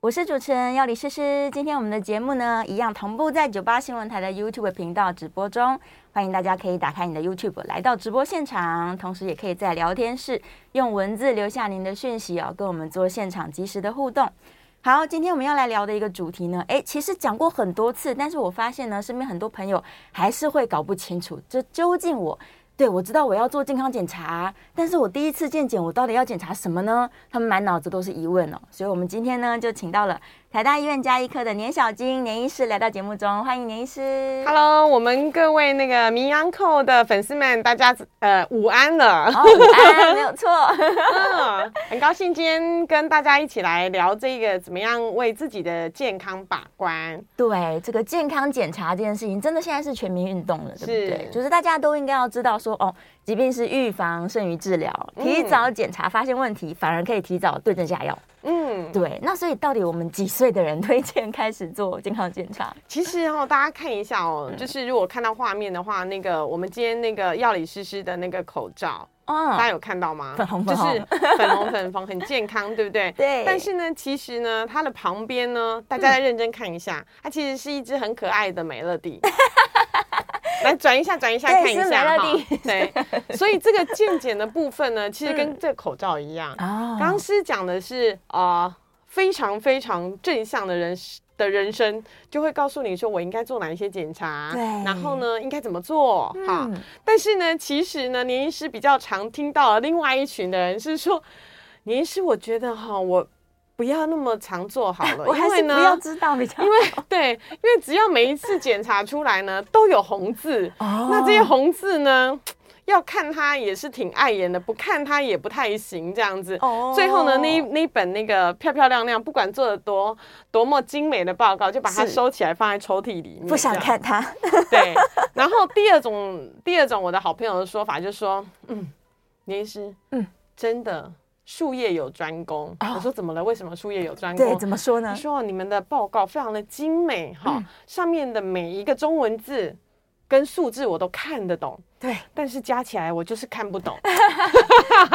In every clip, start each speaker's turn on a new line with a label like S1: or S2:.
S1: 我是主持人要李诗诗。今天我们的节目呢，一样同步在九八新闻台的 YouTube 频道直播中，欢迎大家可以打开你的 YouTube 来到直播现场，同时也可以在聊天室用文字留下您的讯息哦，跟我们做现场及时的互动。好，今天我们要来聊的一个主题呢，诶，其实讲过很多次，但是我发现呢，身边很多朋友还是会搞不清楚，这究竟我对我知道我要做健康检查，但是我第一次健检，我到底要检查什么呢？他们满脑子都是疑问哦。所以，我们今天呢，就请到了台大医院加医科的年小金年医师来到节目中，欢迎年医师。
S2: Hello，我们各位那个民安扣的粉丝们，大家呃午安了。
S1: 哦，午安，没有错。
S2: 嗯， 很高兴今天跟大家一起来聊这个怎么样为自己的健康把关。
S1: 对这个健康检查这件事情，真的现在是全民运动了，对不对？
S2: 是
S1: 就是大家都应该要知道说，哦，疾病是预防胜于治疗，提早检查发现问题，反而可以提早对症下药。
S2: 嗯，
S1: 对，那所以到底我们几岁的人 推荐开始做健康检查？
S2: 其实哦，大家看一下哦，就是如果看到画面的话，那个我们今天那个药理诗诗的那个口罩，大家
S1: 嗯，
S2: 有看到吗？
S1: 粉红
S2: 就
S1: 粉红
S2: 是粉红粉红，很健康，对不对？
S1: 对嗯
S2: 但是呢，其实呢，它的旁边呢，大家再认真看一下，它其实是一只很可爱的美乐 蒂。来转一下，转一下，
S1: 对
S2: 看一
S1: 是美
S2: 下
S1: 乐
S2: 哈
S1: 蒂。
S2: 对，所以这个健检的部分呢，其实跟这个口罩一样。
S1: 啊
S2: 刚刚师讲的是啊、呃非常非常正向的人的人生，就会告诉你说我应该做哪一些检查，
S1: 对
S2: 然后呢应该怎么做哈、
S1: 嗯
S2: 但是呢，其实呢，年医师比较常听到的另外一群的人是说，年医师，我觉得哈，我不要那么常做好 了，
S1: 我还
S2: 因为
S1: 是不
S2: 呢，
S1: 要知道比较好，
S2: 因为 对，因为只要每一次检查出来呢，都有红字，
S1: 哦
S2: 那这些红字呢，要看它也是挺碍眼的，不看它也不太行，这样子。
S1: 哦
S2: 最后呢，那一那一本那个漂漂亮亮，不管做的多多么精美的报告，就把它
S1: 是
S2: 收起来放在抽屉里面。
S1: 不想
S2: 这样
S1: 看它，
S2: 对，然后第二种，第二种我的好朋友的说法就是说，嗯，林医师，
S1: 嗯哦
S2: 嗯，真的术业有专攻。我说怎么了？为什么术业有专
S1: 对，
S2: 攻？
S1: 怎么嗯说呢
S2: 他？说你们的报告非常的精美哈，上面的每一个中文字跟数字我都看得懂，
S1: 对，
S2: 但是加起来我就是看 不懂。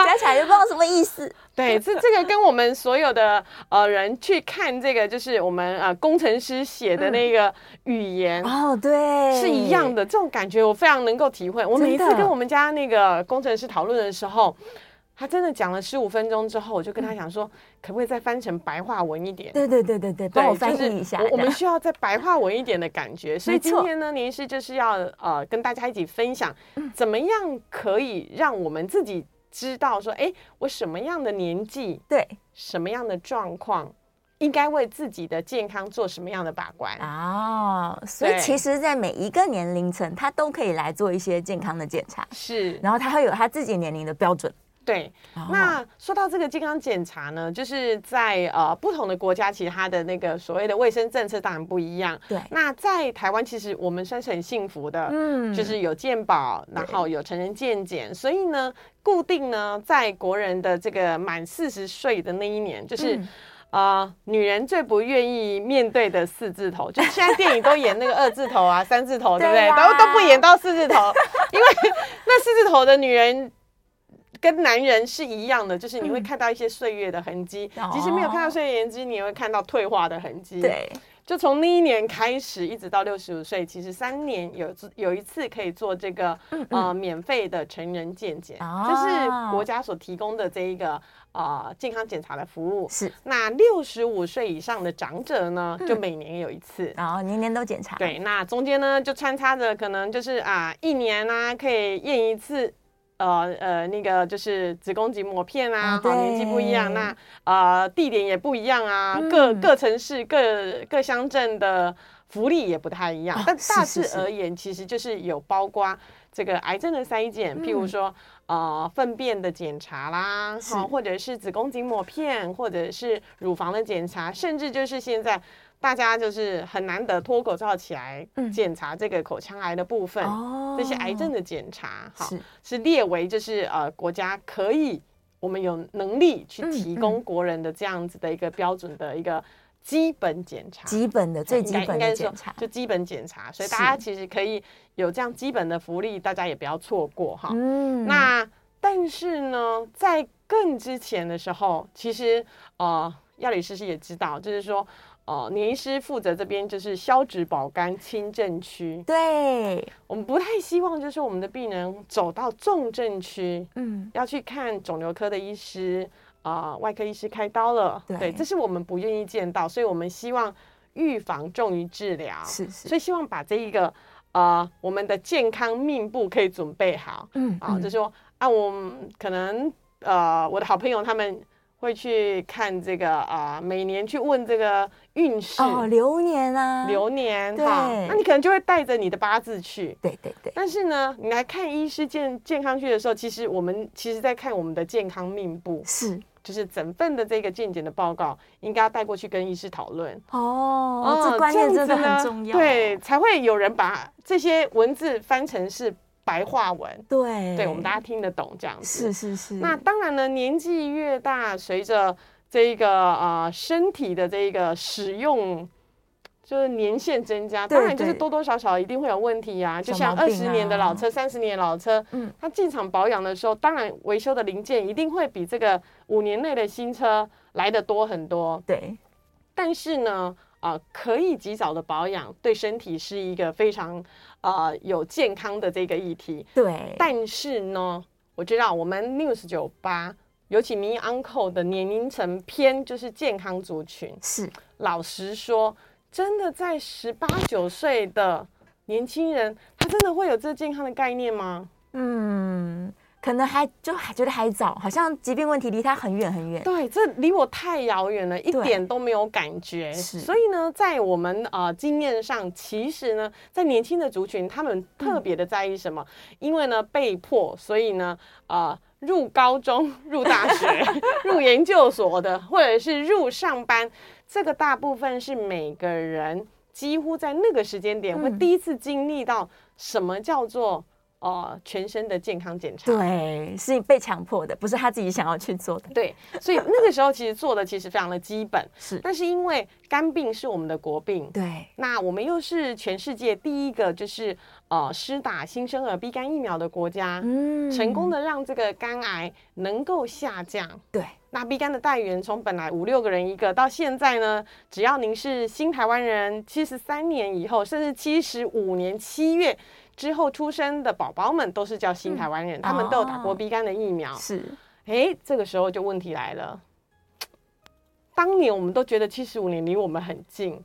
S1: 加起来就不知道什么意思。
S2: 对，这这个跟我们所有的呃人去看这个，就是我们呃工程师写的那个语言。
S1: 嗯哦，对，
S2: 是一样
S1: 的，
S2: 的，这种感觉我非常能够体会。我每一次
S1: 嗯真的
S2: 跟我们家那个工程师讨论的时候，他真的讲了十五分钟之后，我就跟他讲说，可不可以再翻成白话文一点？
S1: 嗯对对对对对，
S2: 对
S1: 帮我
S2: 就
S1: 翻
S2: 是
S1: 译一下。
S2: 我我
S1: 这
S2: 们
S1: 样
S2: 需要再白话文一点的感觉。所以
S1: 没
S2: 今
S1: 错
S2: 天呢，您是就是要呃跟大家一起分享，
S1: 嗯
S2: 怎么样可以让我们自己知道说，哎，我什么样的年纪，
S1: 对
S2: 什么样的状况，应该为自己的健康做什么样的把关？
S1: 哦，所以
S2: 对
S1: 其实，在每一个年龄层，他都可以来做一些健康的检查，
S2: 是，
S1: 然后他会有他自己年龄的标准。
S2: 对。
S1: 哦
S2: 那说到这个健康检查呢，就是在呃不同的国家，其实它的那个所谓的卫生政策当然不一样。
S1: 对
S2: 那在台湾，其实我们算是很幸福的，
S1: 嗯
S2: 就是有健保，然后有成人健检，所以呢，固定呢，在国人的这个满四十岁的那一年，就是。
S1: 嗯
S2: 呃，女人最不愿意面对的四字头，就是现在电影都演那个二字头啊、 三字头，对不
S1: 对
S2: 对？
S1: 呀
S2: 然后都不演到四字头，因 为那四字头的女人跟男人是一样的，就是你会看到一些岁月的痕迹，
S1: 嗯哦
S2: 即使没有看到岁月痕迹，你也会看到退化的痕迹。，
S1: 对，
S2: 就从那一年开始，一直到六十五岁，其实三年有有一次可以做这个呃免费的成人健检，
S1: 哦
S2: 这是国家所提供的这一个呃健康检查的服务。
S1: 是，
S2: 那六十五岁以上的长者呢，就每年有一次。
S1: 然哦后年年都检查。，
S2: 对，那中间呢就穿插着可能就是啊，一年啊可以验一次，呃呃，那个就是子宫颈抹片啊，
S1: 啊
S2: 好年纪不一
S1: 对
S2: 样，
S1: 嗯
S2: 那呃地点也不一样啊，各各城市各各乡镇的福利也不太一样，
S1: 哦
S2: 但
S1: 是
S2: 大
S1: 是
S2: 致
S1: 是
S2: 而言，其实就是有包括。这个癌症的筛检，
S1: 嗯
S2: 譬如说，呃，粪便的检查啦，
S1: 是
S2: 哈，或者是子宫颈抹片，或者是乳房的检查，甚至就是现在大家就是很难得脱口罩起来检查这个口腔癌的部分，
S1: 嗯哦
S2: 这些癌症的检查，哈
S1: 是，
S2: 是列为就是呃国家可以我们有能力去
S1: 嗯
S2: 提
S1: 嗯
S2: 供国人的这样子的一个标准的一个基本检查。
S1: 基本的最
S2: 应
S1: 基
S2: 该
S1: 本
S2: 应该
S1: 的
S2: 是说
S1: 检查，
S2: 就基本检查，所以大家其实可以有这样基本的福利，大家也不要错过哈。
S1: 嗯
S2: 那但是呢，在更之前的时候，其实呃，药理师师也知道，就是说呃，年医师负责这边就是消脂保肝轻症区，
S1: 对，
S2: 我们不太希望就是我们的病人走到重症区，
S1: 嗯，
S2: 要去看肿瘤科的医师啊、外科医师开刀了，
S1: 对
S2: 这是我们不愿意见到，所以我们希望预防重于治疗，
S1: 嗯是是
S2: 所以希望把这一个呃我们的健康命部可以准备好，
S1: 嗯
S2: 啊，
S1: 嗯
S2: 就是说啊，我们可能呃我的好朋友他们。会去看这个啊、呃每年去问这个运势、
S1: 哦，流年啊，
S2: 流年哈
S1: 对，
S2: 那你可能就会带着你的八字去，
S1: 对对对，
S2: 但是呢，你来看医师健健康剧的时候，其实我们其实在看我们的健康命部，
S1: 是
S2: 就是整份的这个健检的报告，应该要带过去跟医师讨论。啊
S1: 哦，这观念
S2: 这
S1: 真
S2: 样
S1: 的
S2: 子呢
S1: 很重要，
S2: 对，才会有人把这些文字翻成是白话文，
S1: 对，
S2: 对我们大家听得懂这样子。
S1: 是是是，
S2: 那当然呢，年纪越大，随着这个呃身体的这个使用。就是年限增加，
S1: 对
S2: 当然就是
S1: 对
S2: 多多少少一定会有问题呀、就
S1: 小
S2: 像
S1: 毛
S2: 二
S1: 病
S2: 十年的老
S1: 啊
S2: 车、三十年的老车，
S1: 嗯
S2: 它进厂保养的时候，当然维修的零件一定会比这个五年内的新车来的多很多。
S1: 对，
S2: 但是呢，啊、可以及早的保养对身体是一个非常呃有健康的这个议题。
S1: 对，
S2: 但是呢，我知道我们 News 九八，尤其 Me Uncle 的年龄层偏就是健康族群。
S1: 是
S2: 老实说，真的在十八九岁的年轻人，他真的会有这健康的概念吗？
S1: 嗯，可能还就还觉得还早，好像疾病问题离他很远很远。
S2: 对，这离我太遥远了，一
S1: 对
S2: 点都没有感觉。
S1: 是
S2: 所以呢，在我们呃经验上，其实呢，在年轻的族群，他
S1: 嗯
S2: 们特别的在意什么？因为呢，被迫，所以呢，呃。入高中、入大 学、 入研究所的，或者是入上班，这个大部分是每个人几乎在那个时间点会
S1: 嗯
S2: 第一次经历到什么叫做呃全身的健康检查。
S1: 对，是被强迫的，不是他自己想要去做的。
S2: 对，所以那个时候其实做的其实非常的基本，
S1: 是，
S2: 但是因为肝病是我们的国病，
S1: 对，
S2: 那我们又是全世界第一个就是呃施打新生儿 B 肝疫苗的国家，
S1: 嗯
S2: 成功，的让这个肝癌能够下降。
S1: 对，
S2: 那 B 肝的带源从本来五六个人一个，到现在呢，只要您是新台湾人，七十三年以后，甚至七十五年七月之后出生的宝宝们，都是叫新台湾人，他们都有打过
S1: 哦
S2: B 肝的疫苗。
S1: 是，
S2: 哎，这个时候就问题来了。当年我们都觉得七十五年离我们很 近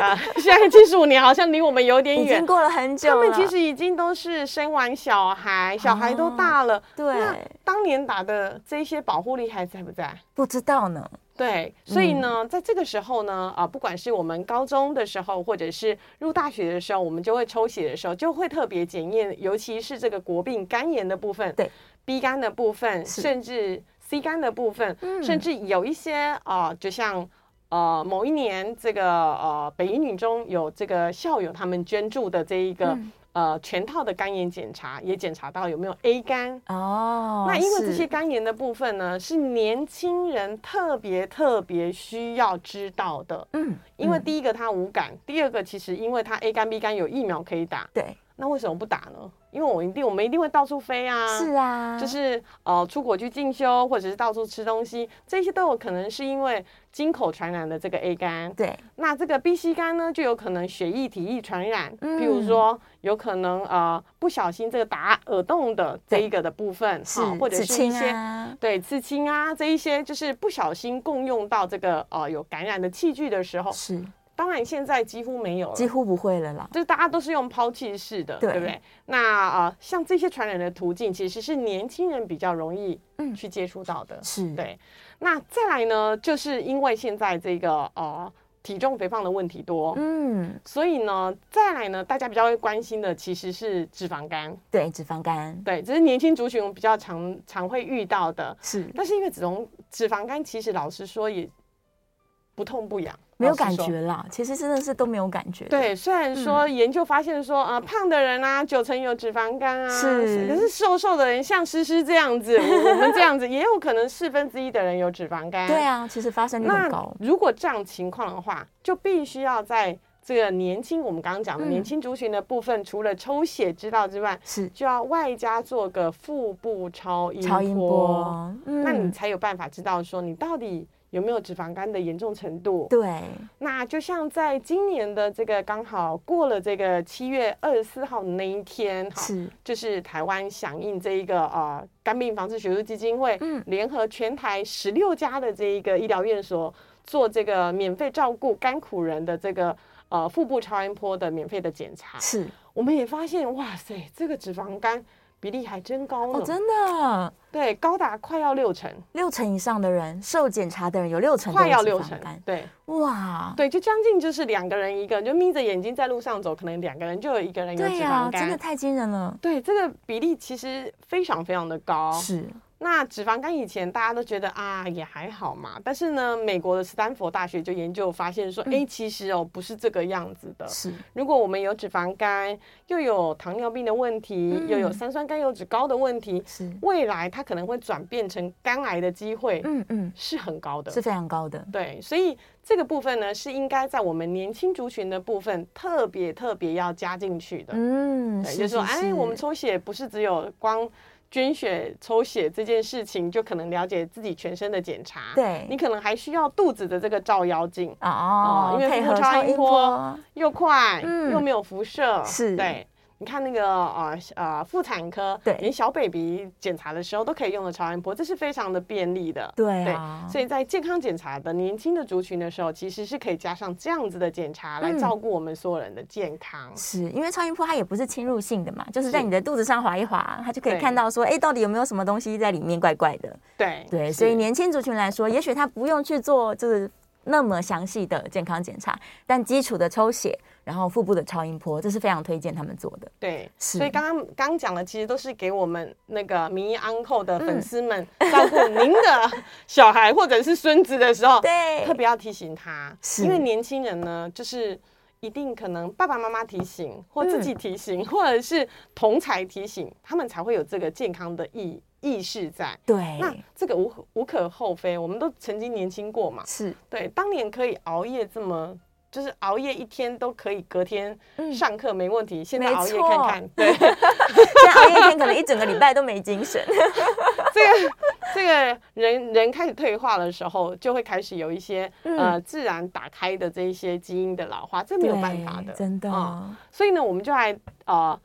S2: 啊、现在七十五年好像离我们有点
S1: 已
S2: 远
S1: 经。过了很久
S2: 他
S1: 了。
S2: 们其实已经都是生完小孩，小孩
S1: 哦
S2: 都大了。那
S1: 对，
S2: 当年打的这些保护力还在不在？
S1: 不知道呢。
S2: 对，所以呢，
S1: 嗯
S2: 在这个时候呢，啊，不管是我们高中的时候，或者是入大学的时候，我们就会抽血的时候，就会特别检验，尤其是这个国病肝炎的部分，
S1: 对
S2: ，B 肝的部分，
S1: 是
S2: 甚至 C 肝的部分，
S1: 嗯
S2: 甚至有一些啊、就像。呃，某一年这个呃北一女中有这个校友他们捐助的这一个、
S1: 嗯
S2: 呃全套的肝炎检查，也检查到有没有 A 肝，
S1: 哦，
S2: 那因为这
S1: 是
S2: 些肝炎的部分呢，是年轻人特别特别需要知道的。
S1: 嗯，
S2: 因为
S1: 嗯
S2: 第一个他无感，第二个其实因为他 A 肝 B 肝有疫苗可以打，
S1: 对，
S2: 那为什么不打呢？因为我一定我们一定会到处飞啊，
S1: 是啊，
S2: 就是呃出国去进修或者是到处吃东西，这些都有可能是因为经口传染的这个 A 肝。
S1: 对，
S2: 那这个 B C 肝呢，就有可能血液体液传染，
S1: 嗯
S2: 譬如说有可能呃不小心这个打耳洞的这一个的部分，
S1: 是
S2: 哈或者
S1: 子
S2: 是一
S1: 清
S2: 些、
S1: 啊，
S2: 对刺青啊这一些，就是不小心共用到这个呃有感染的器具的时候，
S1: 是
S2: 当然现在几乎没有
S1: 几
S2: 了。
S1: 乎不会了啦。
S2: 就是大家都是用抛弃式的，
S1: 对
S2: 对不对？那啊、呃像这些传染的途径，其实是年轻人比较容易
S1: 嗯
S2: 去接触到的。
S1: 是，
S2: 对，那再来呢，就是因为现在这个呃体重肥胖的问题多，
S1: 嗯，
S2: 所以呢，再来呢，大家比较会关心的其实是脂肪肝，
S1: 对，脂肪肝
S2: 对，这是年轻族群比较常常会遇到的。
S1: 是，
S2: 但是因为脂肪脂肪肝，其实老实说也不痛不痒，
S1: 没有
S2: 老实
S1: 感
S2: 说
S1: 觉嗯啦，其实真的是都没有感觉。，
S2: 对，虽然说研究发现说，呃，胖的人啊，九成有脂肪肝啊，
S1: 是
S2: 可是瘦瘦的人，像诗诗这样子，我我们这样子，也有可能四分之一的人有脂肪肝。
S1: 对，啊，其实发生率很
S2: 那
S1: 高。
S2: 如果这样情况的话，就必须要在这个年轻，我们刚刚讲的
S1: 嗯
S2: 年轻族群的部分，除了抽血知道之外，
S1: 是
S2: 就要外加做个腹部超音
S1: 超音波，
S2: 那你
S1: 嗯，
S2: 才有办法知道说你到底有没有脂肪肝的严重程度。
S1: 对，
S2: 那就像在今年的这个刚好过了这个七月二十四号的那一天，哈，
S1: 是
S2: 就是台湾响应这一个呃肝病防治学术基金会，
S1: 嗯
S2: 联合全台十六家的这一个医疗院所做这个免费照顾甘苦人的这个呃腹部超音波的免费的检查，
S1: 是
S2: 我们也发现，哇塞，这个脂肪肝比例还真高呢，
S1: 哦，真的
S2: 对，高达快要六成，
S1: 六成以上的人受检查的人有六成都
S2: 快
S1: 有
S2: 要
S1: 脂
S2: 六
S1: 肪
S2: 成
S1: 肝，
S2: 对。
S1: 哇，
S2: 对，就将近就是两个人一个，就眯着眼睛在路上走，可能两个人就有一个人有
S1: 对
S2: 脂
S1: 呀
S2: 肪，肝。
S1: 真的太惊人了。
S2: 对这个比例其实非常非常的高。
S1: 是
S2: 那脂肪肝以前大家都觉得啊也还好嘛，但是呢，美国的斯坦福大学就研究发现说，
S1: 嗯
S2: 哎、其实哦不是这个样子的。
S1: 是，
S2: 如果我们有脂肪肝，又有糖尿病的问题，
S1: 嗯
S2: 又有三酸甘油脂高的问题，
S1: 是，
S2: 未来它可能会转变成肝癌的机会
S1: 嗯嗯，
S2: 是很高的。
S1: 是非常高的。
S2: 对，所以这个部分呢，是应该在我们年轻族群的部分特别特别要加进去的。
S1: 嗯，
S2: 对，
S1: 是
S2: 就是
S1: 是
S2: 说，哎，我们
S1: 是
S2: 抽血不是只有光捐血、抽血这件事情，就可能了解自己全身的检查。
S1: 对
S2: 你可能还需要肚子的这个照妖镜，
S1: 哦
S2: 哦，因为
S1: 配
S2: 腹
S1: 合
S2: 部超
S1: 超
S2: 音
S1: 音
S2: 波
S1: 波
S2: 又快、
S1: 嗯
S2: 又没有辐射，
S1: 是
S2: 对。你看那个呃呃妇产科，
S1: 对
S2: 连小 baby 检查的时候都可以用的超音波，这是非常的便利的。
S1: 对
S2: 对
S1: 啊，，
S2: 所以在健康检查的年轻的族群的时候，其实是可以加上这样子的检查来
S1: 嗯
S2: 照顾我们所有人的健康。
S1: 是因为超音波它也不是侵入性的嘛，就是在
S2: 是
S1: 你的肚子上划一划，它就可以
S2: 对
S1: 看到说，哎，到底有没有什么东西在里面怪怪的？
S2: 对
S1: 对，
S2: 是
S1: 所以年轻族群来说，也许他不用去做就是那么详细的健康检查，但基础的抽血，然后腹部的超音波，这是非常推荐他们做的。
S2: 对，
S1: 是
S2: 所以刚刚刚讲的其实都是给我们那个名医 uncle 的粉丝们
S1: 嗯
S2: 照顾您的小孩或者是孙子的时候，
S1: 对
S2: 哦特别要提醒他，
S1: 是
S2: 因为年轻人呢，就是。一定可能爸爸妈妈提醒，或
S1: 嗯
S2: 自己提醒，或者是同才提醒，他们才会有这个健康的意意识在。
S1: 对，
S2: 那这个无可无可厚非，我们都曾经年轻过嘛。
S1: 是
S2: 对，当年可以熬夜这么，就是熬夜一天都可以，隔天
S1: 嗯
S2: 上课没问题。现在
S1: 没
S2: 熬夜
S1: 错
S2: 看看，对
S1: 现在熬夜一天可能一整个礼拜都没精神。
S2: 这个这个人人开始退化的时候，就会开始有一些、
S1: 嗯
S2: 呃自然打开的这一些基因的老化，这 没有办法的，
S1: 对真的、
S2: 嗯所以呢，我们就来呃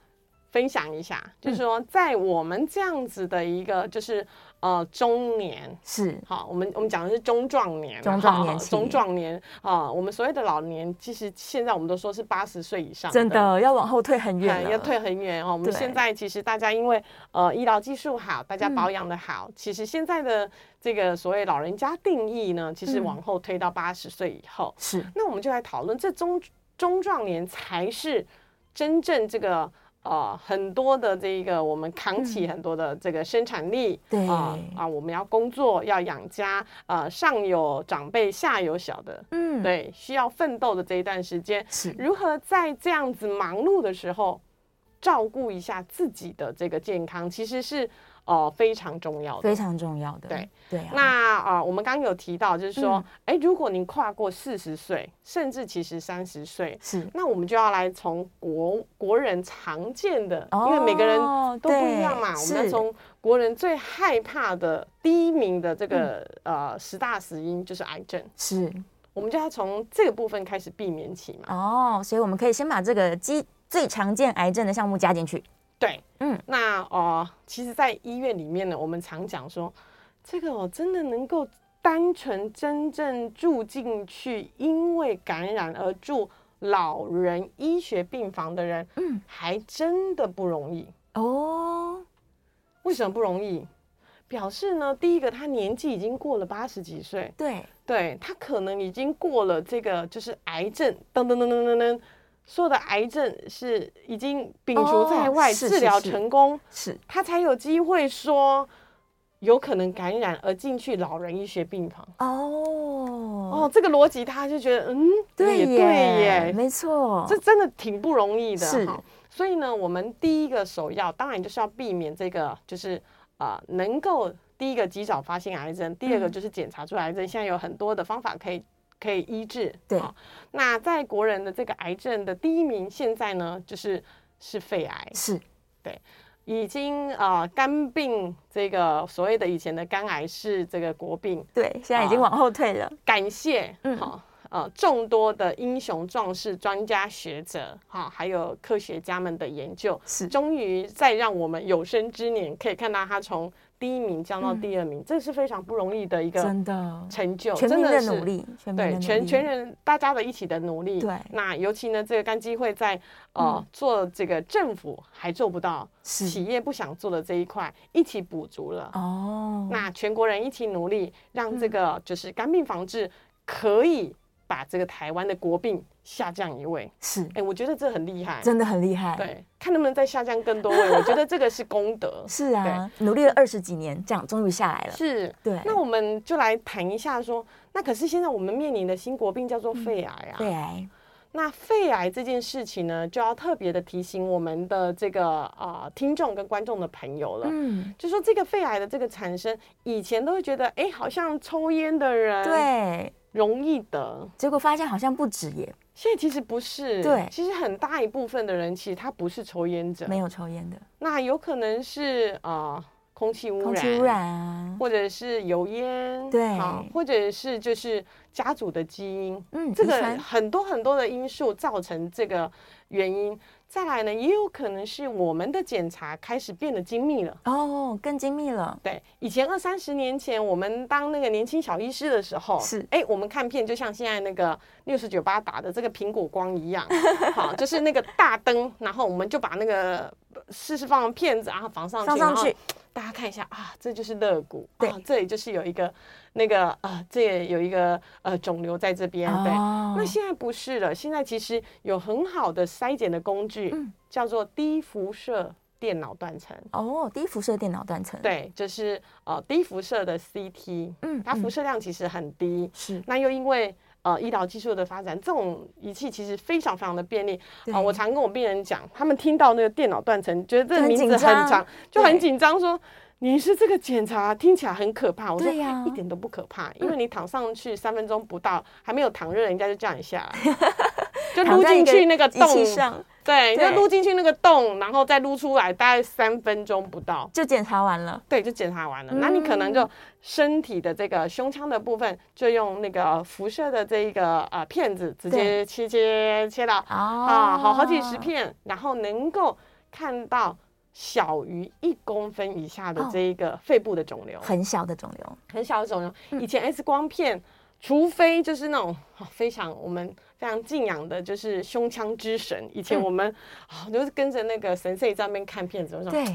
S2: 分享一下，
S1: 嗯
S2: 就是说在我们这样子的一个就是呃中年，
S1: 是
S2: 好，我们我们讲的是中壮年啊，
S1: 中壮年
S2: 哈
S1: 期
S2: 中壮年啊，我们所谓的老年，其实现在我们都说是八十岁以上，
S1: 真的要往后退很远
S2: 嗯
S1: 了，
S2: 要退很远哦。我们
S1: 对
S2: 现在其实大家因为呃医疗技术好，大家
S1: 嗯
S2: 保养的好，其实现在的这个所谓老人家定义呢，其实
S1: 嗯
S2: 往后推到八十岁以后，
S1: 是
S2: 那我们就来讨论这中中壮年才是真正这个。呃，很多的这一个我们扛
S1: 嗯
S2: 起很多的这个生产力，
S1: 对
S2: 啊、啊，我们要工作，要养家，呃，上有长辈，下有小的，
S1: 嗯，
S2: 对，需要奋斗的这一段时间，
S1: 是
S2: 如何在这样子忙碌的时候照顾一下自己的这个健康，其实是呃非常重要的
S1: 非。常重要的。
S2: 对
S1: 对啊，
S2: 那啊、呃我们刚刚有提到，就是说
S1: 嗯，
S2: 哎、如果您跨过四十岁，甚至其实三十岁，
S1: 是
S2: 那我们就要来从国国人常见的，因为每个人
S1: 哦
S2: 都不一样
S1: 对
S2: 嘛，我们要
S1: 是
S2: 从国人最害怕的第一名的这个、
S1: 嗯
S2: 呃十大死因就是癌症，
S1: 是
S2: 我们就要从这个部分开始避免起嘛。
S1: 哦，所以我们可以先把这个基最常见癌症的项目加进去。
S2: 对，
S1: 嗯，
S2: 那呃，其实，在医院里面呢，我们常讲说，这个哦，真的能够单纯真正住进去，因为感染而住老人医学病房的人，
S1: 嗯，
S2: 还真的不容易。
S1: 哦，
S2: 为什么不容易？表示呢，第一个他年纪已经过了八十几岁，
S1: 对，
S2: 对他可能已经过了这个就是癌症，噔噔噔噔噔噔，所有的癌症是已经摒除在外，
S1: 哦是
S2: 治疗
S1: 是是
S2: 成功，
S1: 是
S2: 他才有机会说有可能感染而进去老人医学病房。
S1: 哦，
S2: 哦，这个逻辑他就觉得，嗯，
S1: 对
S2: 也
S1: 耶，
S2: 对耶，
S1: 没错，
S2: 这真的挺不容易的。
S1: 是
S2: 哈所以呢，我们第一个首要当然就是要避免这个，就是啊、呃能够第一个及早发现癌症，第二个
S1: 嗯
S2: 就是检查出癌症。现在有很多的方法可以可以医治。
S1: 对
S2: 好那在国人的这个癌症的第一名，现在呢就是是肺癌，
S1: 是
S2: 已经啊、呃肝病这个所谓的以前的肝癌是这个国病，
S1: 对，现在已经往后退了，
S2: 感谢
S1: 嗯
S2: 好、呃众多的英雄壮士、专家学者哈、还有科学家们的研究，
S1: 是
S2: 终于在让我们有生之年可以看到他从第一名降到第二名，这是非常不容易的一个
S1: 嗯真的，
S2: 成就，
S1: 全
S2: 真
S1: 民的
S2: 是
S1: 努。力，全民的
S2: 对，
S1: 努
S2: 全
S1: 力
S2: 全人大家的一起的努力。
S1: 对
S2: 那尤其呢，这个干基会在呃、
S1: 嗯
S2: 做这个政府还做不到，
S1: 是
S2: 企业不想做的这一块一起补足了。
S1: 哦，
S2: 那全国人一起努力，让这
S1: 嗯
S2: 个就是肝病防治可以把这个台湾的国病下降一位。
S1: 是
S2: 哎、我觉得这很厉害，
S1: 真的很厉害，，。
S2: 对，看能不能再下降更多位。我觉得这个是功德
S1: 是啊，努力了二十几年，这样终于下来了，
S2: 是，
S1: 对，
S2: 那我们就来谈一下说，那可是现在我们面临的新国病叫做肺癌啊。
S1: 嗯肺癌
S2: 那肺癌这件事情呢，就要特别的提醒我们的这个啊、呃听众跟观众的朋友了。
S1: 嗯，
S2: 就说这个肺癌的这个产生，以前都会觉得，哎，好像抽烟的人，
S1: 对，
S2: 容易得。
S1: 结果发现好像不止耶，
S2: 现在其实不是，
S1: 对
S2: 其实很大一部分的人其实他不是抽烟者，
S1: 没有抽烟的，
S2: 那有可能是啊、呃空气污染，
S1: 空气污染啊，
S2: 或者是油烟，
S1: 对
S2: 好或者是就是家族的基因，
S1: 嗯，
S2: 这
S1: 遗
S2: 个
S1: 传
S2: 很多很多的因素造成这个原因。再来呢，也有可能是我们的检查开始变得精密了。
S1: 哦更精密了，
S2: 对，以前二三十年前，我们当那个年轻小医师的时候，
S1: 是
S2: 哎，我们看片就像现在那个六十九八打的这个苹果光 一样，好，就是那个大灯，然后我们就把那个试试放的片子，然后放上去，
S1: 放上
S2: 然后
S1: 去
S2: 大家看一下啊，这就是肋骨，
S1: 对
S2: 啊，这里就是有一个那个啊，这也有一个呃肿瘤在这边，对。
S1: 哦
S2: 那现在不是了，现在其实有很好的筛检的工具，
S1: 嗯
S2: 叫做低辐射电脑断层。
S1: 哦低辐射电脑断层，，
S2: 对，就是呃低辐射的 CT，
S1: 嗯
S2: 它辐
S1: 嗯
S2: 射哦量其实很低。
S1: 是
S2: 那又因为呃医疗技术的发展，这种仪器其实非常非常的便利啊、
S1: 对
S2: 我常跟我病人讲，他们听到那个电脑断层，觉得这
S1: 就
S2: 个
S1: 很
S2: 名
S1: 紧
S2: 字很
S1: 张
S2: 长，就很
S1: 对
S2: 紧张说。你是这个检查听起来很可怕，我说
S1: 对呀嗯
S2: 一点都不可怕，因为你躺上去三分钟不到，还没有躺热，人家就叫你 下来，就
S1: 躺
S2: 撸
S1: 在
S2: 进
S1: 一个
S2: 去那个
S1: 仪器
S2: 洞，
S1: 上
S2: 对，就
S1: 对
S2: 撸进去那个洞，然后再撸出来，大概三分钟不到。
S1: 就检查完了，
S2: 对，就检查完了。那你可能
S1: 嗯
S2: 就身体的这个胸腔的部分，就用那个辐射的这一个呃片子直接
S1: 对
S2: 切切切到
S1: 哦
S2: 啊，好好几十片，然后能够看到小于一公分以下的
S1: 哦
S2: 这一个肺部的肿瘤，
S1: 很小的肿瘤，
S2: 很小的肿瘤。以前 X 光片，除非就是那种、啊非常我们非常敬仰的，就是胸腔之神。以
S1: 嗯
S2: 前我们、啊，就是跟着那个神 C 在那边看片子，我想
S1: 对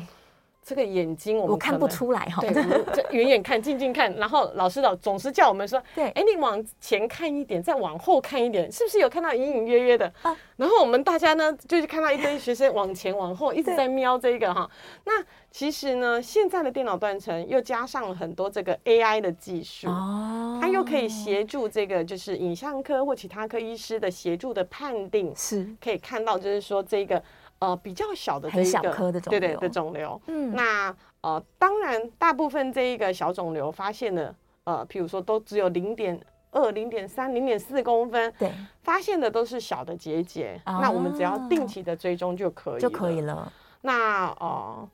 S2: 这个眼睛嗯我们
S1: 我看
S2: 可
S1: 不
S2: 能
S1: 出来哈，
S2: 对，我们这远远看，近近看，然后老师老总是叫我们说，
S1: 对
S2: 哎，你往前看一点，再往后看一点，是不是有看到隐隐约约的？
S1: 啊
S2: 然后我们大家呢，就是看到一堆学生往前往后一直
S1: 对
S2: 在瞄这个哈。那其实呢，现在的电脑断层又加上了很多这个 AI 的技术。
S1: 哦，
S2: 它又可以协助这个，就是影像科或其他科医师的协助的判定，
S1: 是
S2: 可以看到，就是说这个呃比较小的这
S1: 很
S2: 一
S1: 小
S2: 个
S1: 颗的肿
S2: 对对
S1: 瘤
S2: 的肿瘤，
S1: 嗯
S2: 那呃当然大部分这一个小肿瘤发现的呃，譬如说都只有零点二、零点三、零点四公分，
S1: 对
S2: 发现的都是小的结节，
S1: 啊
S2: 那我们只要定期的追踪就可以
S1: 就可以
S2: 了。
S1: 了，
S2: 那呃，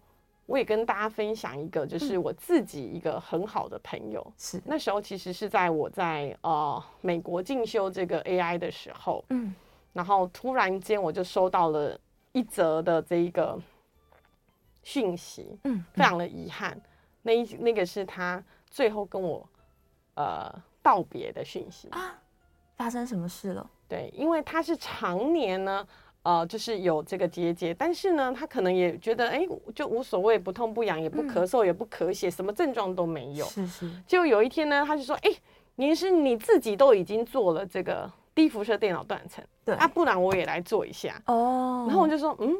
S2: 我也跟大家分享一个，
S1: 嗯
S2: 就是我自己一个很好的朋友。
S1: 是
S2: 那时候其实是在我在呃美国进修这个 AI 的时候，
S1: 嗯
S2: 然后突然间我就收到了一则的这一个讯息，
S1: 嗯
S2: 非常的遗憾。那一那个是他最后跟我呃道别的讯息，
S1: 啊，发生什么事了？
S2: 对，因为他是常年呢。呃，就是有这个结节，但是呢，他可能也觉得，哎、就无所谓，不痛不痒，也不咳嗽，也不咳血，什么症状都没有。
S1: 嗯是是
S2: 结果有一天呢，他就说，哎、您是你自己都已经做了这个低辐射电脑断层，啊
S1: 对
S2: 啊，不然我也来做一下。
S1: 哦，
S2: 然后我就说，嗯，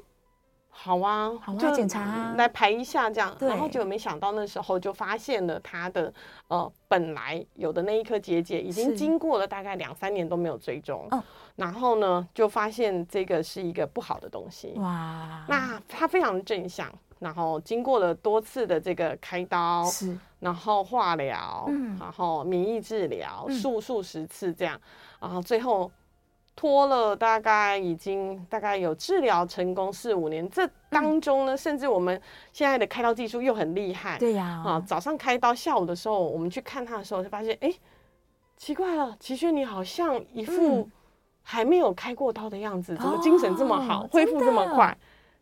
S2: 好啊，
S1: 好啊
S2: 就
S1: 检查啊
S2: 来排一下这样。
S1: 对
S2: 然后结果没想到那时候就发现了他的呃本来有的那一颗结节已经
S1: 是
S2: 经过了大概两三年都没有追踪，
S1: 哦
S2: 然后呢就发现这个是一个不好的东西。
S1: 哦哇，
S2: 那他非常正向，然后经过了多次的这个开刀，
S1: 是
S2: 然后化疗，
S1: 嗯
S2: 然后免疫治疗，
S1: 嗯
S2: 数数十次这样，然后最后拖了大概已经大概有治疗成功四五年，这当中呢，甚至我们现在的开刀技术又很厉
S1: 嗯
S2: 害，
S1: 对哦呀、
S2: 啊，早上开刀，下午的时候我们去看他的时候，就发现哎，奇怪了，齐轩你好像一副
S1: 嗯
S2: 还没有开过刀的样子，怎么
S1: 哦
S2: 精神这么好，恢复这么
S1: 真的
S2: 快？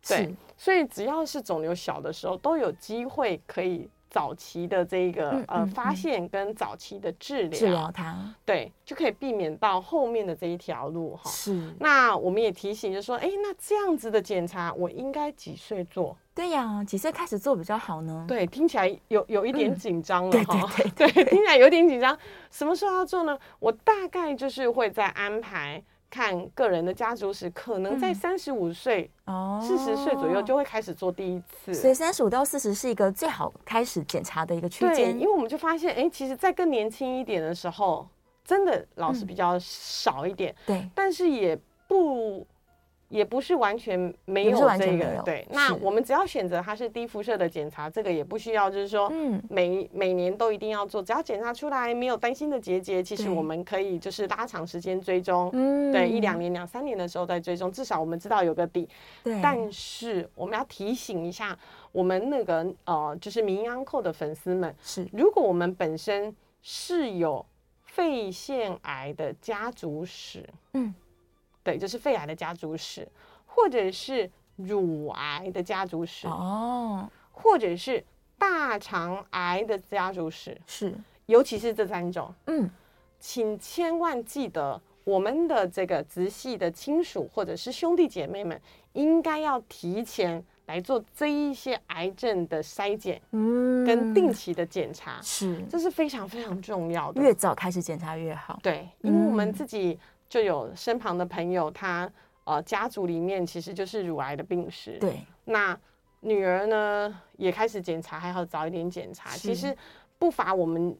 S2: 对
S1: 是，
S2: 所以只要是肿瘤小的时候，都有机会可以早期的这个、
S1: 嗯
S2: 呃
S1: 嗯
S2: 发
S1: 嗯
S2: 现跟早期的治疗，
S1: 治疗它
S2: 对，就可以避免到后面的这一条路哈。
S1: 是，
S2: 那我们也提醒，就说，哎，那这样子的检查，我应该几岁做？
S1: 对呀、几岁开始做比较好呢？
S2: 对，听起来有有一点
S1: 嗯
S2: 紧张了
S1: 对
S2: 哈。
S1: 对 对，
S2: 对，听起来有点紧张。什么时候要做呢？我大概就是会在安排看个人的家族史，可能在
S1: 嗯
S2: 三十五岁、
S1: 哦，
S2: 四十岁左右就会开始做第一次。
S1: 所以三十五到四十是一个最好开始检查的一个区
S2: 对，
S1: 间
S2: 因为，我们就发现，哎、其实，在更年轻一点的时候，真的老师
S1: 嗯
S2: 比较少一点，
S1: 对，
S2: 但是也不也不是完全没
S1: 也
S2: 有
S1: 不是完
S2: 这
S1: 全没
S2: 个
S1: 有。
S2: 对，那
S1: 是
S2: 我们只要选择它是低辐射的检查，这个也不需要，就是说，
S1: 嗯，
S2: 每每年都一定要做，只要检查出来没有担心的结节，其实
S1: 对
S2: 我们可以就是拉长时间追踪，
S1: 嗯
S2: 对，一两年、两三年的时候再追踪，至少我们知道有个底。
S1: 对，
S2: 但是我们要提醒一下我们那个呃，就是民安扣的粉丝们，
S1: 是
S2: 如果我们本身是有肺腺癌的家族史，
S1: 嗯，
S2: 对，就是肺癌的家族史，或者是乳癌的家族史，
S1: 哦，
S2: 或者是大肠癌的家族史，
S1: 是，
S2: 尤其是这三种，
S1: 嗯，
S2: 请千万记得，我们的这个直系的亲属或者是兄弟姐妹们，应该要提前来做这一些癌症的筛检
S1: 嗯，
S2: 跟定期的检查，
S1: 是
S2: 这是非常非常重要的。
S1: 越早开始检查越好，
S2: 对，因为我们
S1: 嗯
S2: 自己就有身旁的朋友，他呃家族里面其实就是乳癌的病史，
S1: 对，
S2: 那女儿呢也开始检查，还好早一点检查。
S1: 是
S2: 其实不乏我们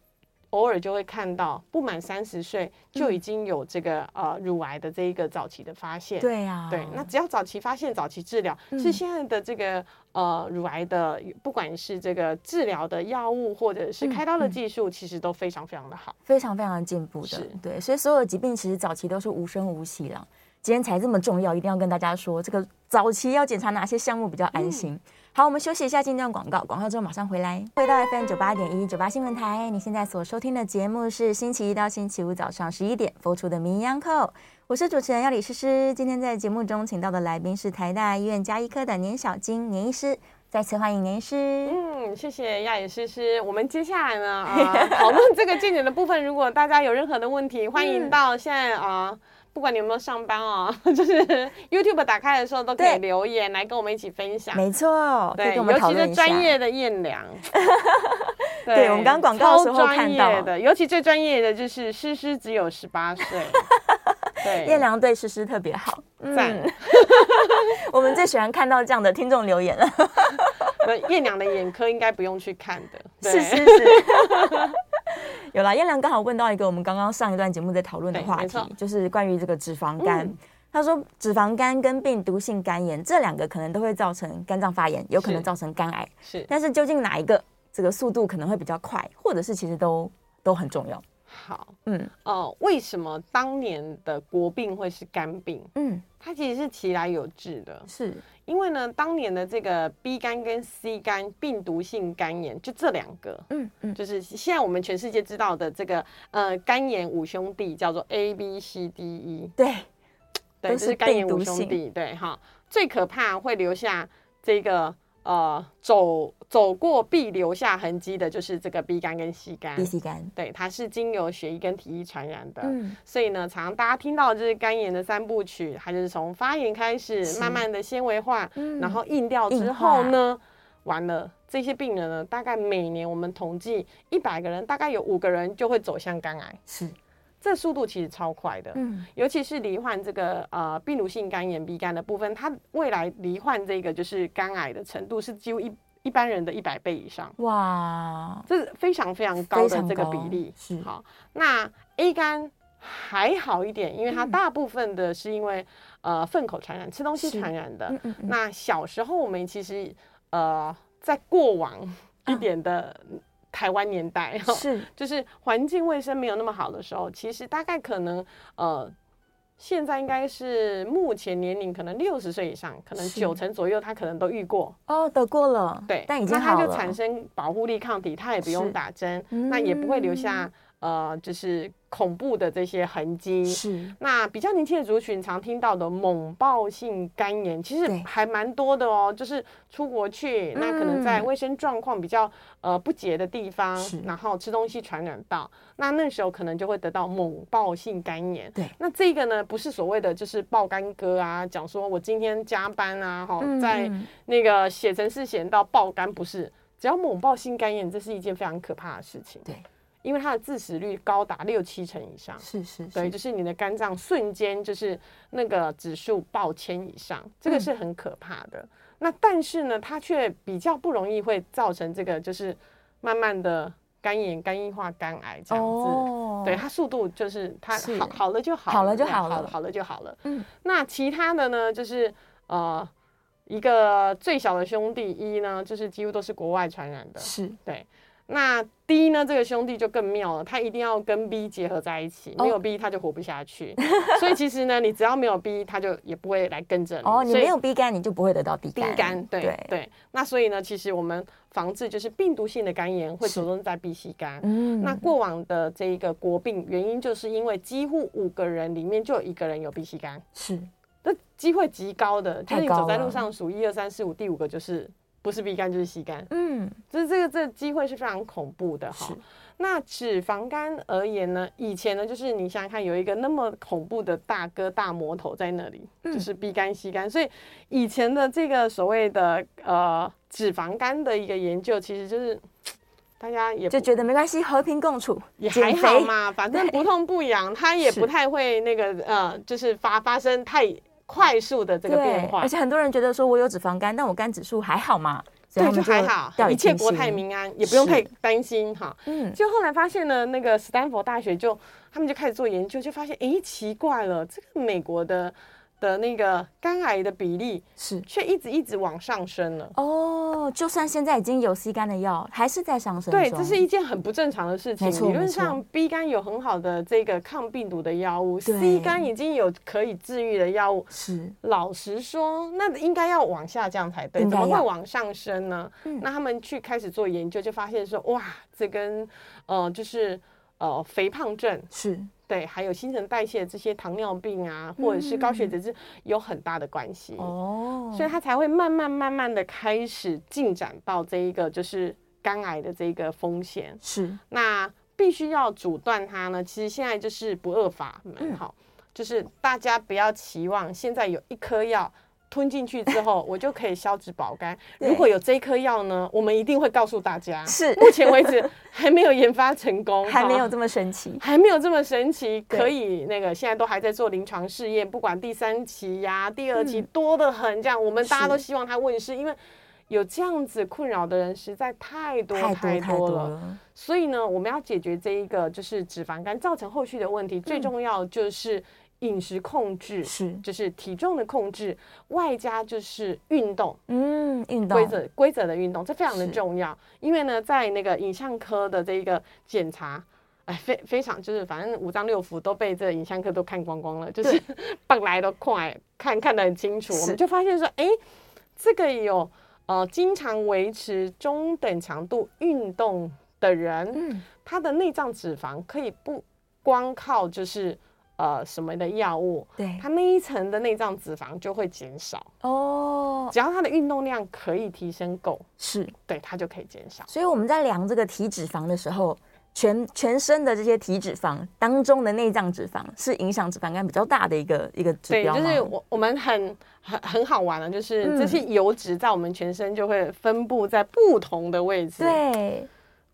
S2: 偶尔就会看到，不满三十岁就
S1: 嗯
S2: 已经有这个、呃乳癌的这一个早期的发现。
S1: 对呀，
S2: 对那只要早期发现、早期治疗，
S1: 哦嗯
S2: 是现在的这个呃乳癌的，不管是这个治疗的药物或者是
S1: 嗯
S2: 开刀的
S1: 嗯
S2: 技术，其实都非常非常的好。
S1: 非常非常的进步的
S2: 是，
S1: 对，所以所有疾病其实早期都是无声无息啦。今天才这么重要，一定要跟大家说，这个早期要检查哪些项目比较安
S2: 嗯
S1: 心。好，我们休息一下，进一段广告，广告之后马上回来。回到 FM 九八点一九八新闻台，你现在所收听的节目是星期一到星期五早上十一点播出的《名医央叩》，我是主持人要李诗诗。今天在节目中请到的来宾是台大医院加医科的年小金年医师，再次欢迎年医师。
S2: 嗯，谢谢亚野诗诗。我们接下 来呢，啊，讨论这个健检的部分，如果大家有任何的问题，欢
S1: 嗯
S2: 迎到现在啊、不管你有没有上班啊， 就是 YouTube 打开的时候都可以
S1: 对
S2: 留言来跟我们一起分享。
S1: 没错，可以
S2: 对，
S1: 跟我们
S2: 尤
S1: 讨
S2: 其
S1: 论
S2: 是
S1: 一下。
S2: 专业的燕良，
S1: 对我们刚刚广告的时候
S2: 超专
S1: 看到
S2: 业的，尤其最专业的就是诗诗只有十八岁， 对，
S1: 燕良嗯对诗诗特别好，
S2: 赞，
S1: 我们最喜欢看到这样的听众留 言了，
S2: 那燕良的眼科应该不用去看的，对
S1: 是是是。 有啦，燕良刚好问到一个我们刚刚上一段节目在讨论的
S2: 对
S1: 话
S2: 没
S1: 题
S2: 错，
S1: 就是关于这个脂肪肝。
S2: 嗯
S1: 他说，脂肪肝跟病毒性肝炎这两个可能都会造成肝脏发炎，有可能
S2: 是
S1: 造成肝癌，
S2: 是。
S1: 但是究竟哪一个这个速度可能会比较快，或者是其实都都很重要？
S2: 好，
S1: 嗯
S2: 呃，为什么当年的国病会是肝病？
S1: 嗯，
S2: 它其实是其来有致的，
S1: 是
S2: 因为呢，当年的这个 B 肝跟 C 肝病毒性肝炎，就这两个，
S1: 嗯嗯
S2: 就是现在我们全世界知道的这个呃肝炎五兄弟叫做 A B C D E，
S1: 对，都
S2: 对，就是是肝炎
S1: 病毒
S2: 五兄
S1: 性
S2: 弟，对哈，最可怕会留下这个呃走走过必留下痕迹的，就是这个 B 肝跟 C 肝，
S1: B C 肝，
S2: 对，它是经由血液跟体液传染的，
S1: 嗯
S2: 所以呢，常常大家听到就是肝炎的三部曲，它就是从发炎开始，
S1: 是
S2: 慢慢的纤维化，
S1: 嗯
S2: 然后硬掉之
S1: 硬
S2: 后
S1: 化
S2: 呢，完了这些病人呢，大概每年我们统计一百个人，大概有五个人就会走向肝癌，
S1: 是
S2: 这速度其实超快的。
S1: 嗯，
S2: 尤其是罹患这个呃病毒性肝炎、鼻肝的部分，它未来罹患这个就是肝癌的程度是几乎一一般人的一百倍以上，
S1: 哇，
S2: 这是非常非常高
S1: 非
S2: 的
S1: 常
S2: 这个比
S1: 高
S2: 例。
S1: 是
S2: 好，那 A 肝还好一点，因为
S1: 嗯
S2: 它大部分的是因为、呃粪口传染、吃东西
S1: 是
S2: 传染的。
S1: 嗯嗯嗯，
S2: 那小时候我们其实呃在过往一点的台湾年代，哈
S1: 啊是
S2: 就是环境卫生没有那么好的时候，其实大概可能呃，现在应该是目前年龄可能六十岁以上，可能
S1: 是
S2: 九成左右，他可能都遇过，
S1: 哦，得过了，
S2: 对，
S1: 但已经
S2: 那他
S1: 好
S2: 就
S1: 了，
S2: 产生保护力抗体，他也不用
S1: 是嗯
S2: 打针，那也不会留下呃，就是恐怖的这些痕迹。
S1: 是
S2: 那比较年轻的族群常听到的猛暴性肝炎，其实
S1: 对
S2: 还蛮多的哦。就是出国去，那可能在
S1: 嗯
S2: 卫生状况比较呃不洁的地方
S1: 是，
S2: 然后吃东西传染到，那那时候可能就会得到猛暴性肝炎。
S1: 对
S2: 那这个呢，不是所谓的就是爆肝哥啊，讲说我今天加班啊，哈，
S1: 嗯
S2: 在
S1: 嗯
S2: 那个写程式写到爆肝，不是。只要猛暴性肝炎，这是一件非常可怕的事情。
S1: 对，
S2: 因为它的致死率高达六七成以上。
S1: 是是
S2: 对，
S1: 是，
S2: 就是你的肝脏瞬间就是那个指数报千以上，这个
S1: 嗯
S2: 是很可怕的。那但是呢，它却比较不容易会造成这个就是慢慢的肝炎、肝硬化、肝癌这样子。
S1: 哦
S2: 对，它速度就是它
S1: 是
S2: 好好了就好
S1: 好了就
S2: 那
S1: 好
S2: 好
S1: 了
S2: 好了就好了。
S1: 嗯，
S2: 那其他的呢，就是呃，一个最小的兄弟一呢，就是几乎都是国外传染的。
S1: 是
S2: 对，那 D 呢？这个兄弟就更妙了，他一定要跟 B 结合在一起，
S1: 哦
S2: 没有 B 他就活不下去。所以其实呢，你只要没有 B，他就也不会来跟着你。
S1: 哦，你
S2: 所以
S1: 没有 B 肝，你就不会得到 B
S2: 低
S1: 肝，
S2: 肝，对对那所以呢，其实我们防治就是病毒性的肝炎会
S1: 是
S2: 着重在 B、C 肝。
S1: 嗯，
S2: 那过往的这一个国病原因，就是因为几乎五个人里面就有一个人有 B、C 肝，
S1: 是
S2: 那机会极高的，就是
S1: 太
S2: 你
S1: 高
S2: 走在
S1: 了
S2: 路上数一二三四五，第五个就是不是 B 肝就是 C 肝。
S1: 嗯
S2: 就是这个这个机会是非常恐怖的哈
S1: 是。
S2: 那脂肪肝而言呢，以前呢就是你想想看，有一个那么恐怖的大哥大魔头在那里，
S1: 嗯
S2: 就是 B 肝 C 肝，所以以前的这个所谓的呃脂肪肝的一个研究，其实就是。嘖大家也不
S1: 就觉得没关系，和平共处，
S2: 也还
S1: 减
S2: 好
S1: 肥
S2: 嘛，反正不痛不痒，它也
S1: 是
S2: 不太会那个呃，就是发发生太快速的这个变
S1: 对，
S2: 化
S1: 而，且很多人觉得说我有脂肪肝，但我肝指数还好嘛，所以
S2: 对，
S1: 他
S2: 就
S1: 们
S2: 还好，
S1: 掉以
S2: 一切
S1: 轻
S2: 国泰
S1: 心，
S2: 民安，也不用
S1: 是
S2: 太担心哈。
S1: 嗯，
S2: 就后来发现呢，那个斯坦福大学就他们就开始做研究，就发现诶，奇怪了，这个美国的的那个肝癌的比例
S1: 是。
S2: 却一直一直往上升了。
S1: 哦，就算现在已经有 C 肝的药，还是在上升中。
S2: 对，这是一件很不正常的事情
S1: 没。错
S2: 理论
S1: 没
S2: 上，B 肝有很好的这个抗病毒的药物
S1: 对
S2: ，C 肝已经有可以治愈的药物。
S1: 是
S2: 老实说，那应该要往下降才对，
S1: 应
S2: 怎
S1: 该
S2: 么会
S1: 要
S2: 往上升呢？
S1: 嗯
S2: 那他们去开始做研究，就发现说，哇，这跟呃就是呃肥胖症
S1: 是
S2: 对，还有新陈代谢这些糖尿病啊，或者是高血脂是有很大的关系，
S1: 嗯哦，
S2: 所以它才会慢慢慢慢的开始进展到这一个就是肝癌的这一个风险。
S1: 是
S2: 那必须要阻断它呢，其实现在就是不二法
S1: 嗯
S2: 门哈、就是大家不要期望现在有一颗药。吞进去之 后，我就可以消脂保肝。
S1: 对
S2: 如果有这一颗药呢，我们一定会告诉大家。
S1: 是
S2: 目前为止还没有研发成功，
S1: 还没
S2: 哈
S1: 有这么神奇。
S2: 还没有这么神奇，
S1: 对
S2: 可以那个现在都还在做临床试验，不管第三期呀、第二
S1: 嗯
S2: 期多得很，这样、我们大家都希望它问世，因为有这样子困扰的人实在太多
S1: 太
S2: 太
S1: 多太多
S2: 多了。
S1: 了，
S2: 所以呢，我们要解决这一个就是脂肪肝造成后续的问
S1: 嗯
S2: 题，最重要就是饮食控制，
S1: 是
S2: 就是体重的控制，外加就是运动。
S1: 嗯，运动
S2: 规则规则的运动，这非常的
S1: 是
S2: 重要。因为呢，在那个影像科的这一个检查，哎，非非常就是反正五脏六腑都被这影像科都看光光了，就是 本来都快看看得很清楚，我
S1: 是
S2: 们就发现说，哎，这个有呃经常维持中等强度运动的人，
S1: 嗯
S2: 他的内脏脂肪可以不光靠就是。呃，什么的药物，
S1: 对
S2: 他那一层的内脏脂肪就会减少，
S1: 哦
S2: 只要他的运动量可以提升够，
S1: 是，
S2: 对它就可以减少。
S1: 所以我们在量这个体脂肪的时候，全全身的这些体脂肪当中的内脏脂肪是影响脂肪肝比较大的一个一个指
S2: 对，
S1: 标
S2: 就是
S1: 吗
S2: 我我们很很很好玩的，啊就是
S1: 嗯
S2: 这些油脂在我们全身就会分布在不同的位置。，
S1: 对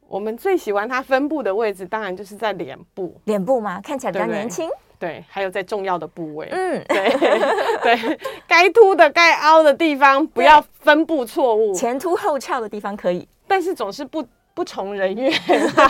S2: 我们最喜欢它分布的位置，当然就是在脸部，
S1: 脸部嘛，看起来比较
S2: 对对
S1: 年轻。
S2: 对，还有在重要的部位，
S1: 嗯，
S2: 对 对， 该凸的、该凹的地方不要分布 错误，
S1: 前凸后翘的地方可以。
S2: 但是总是不不从人愿、 啊。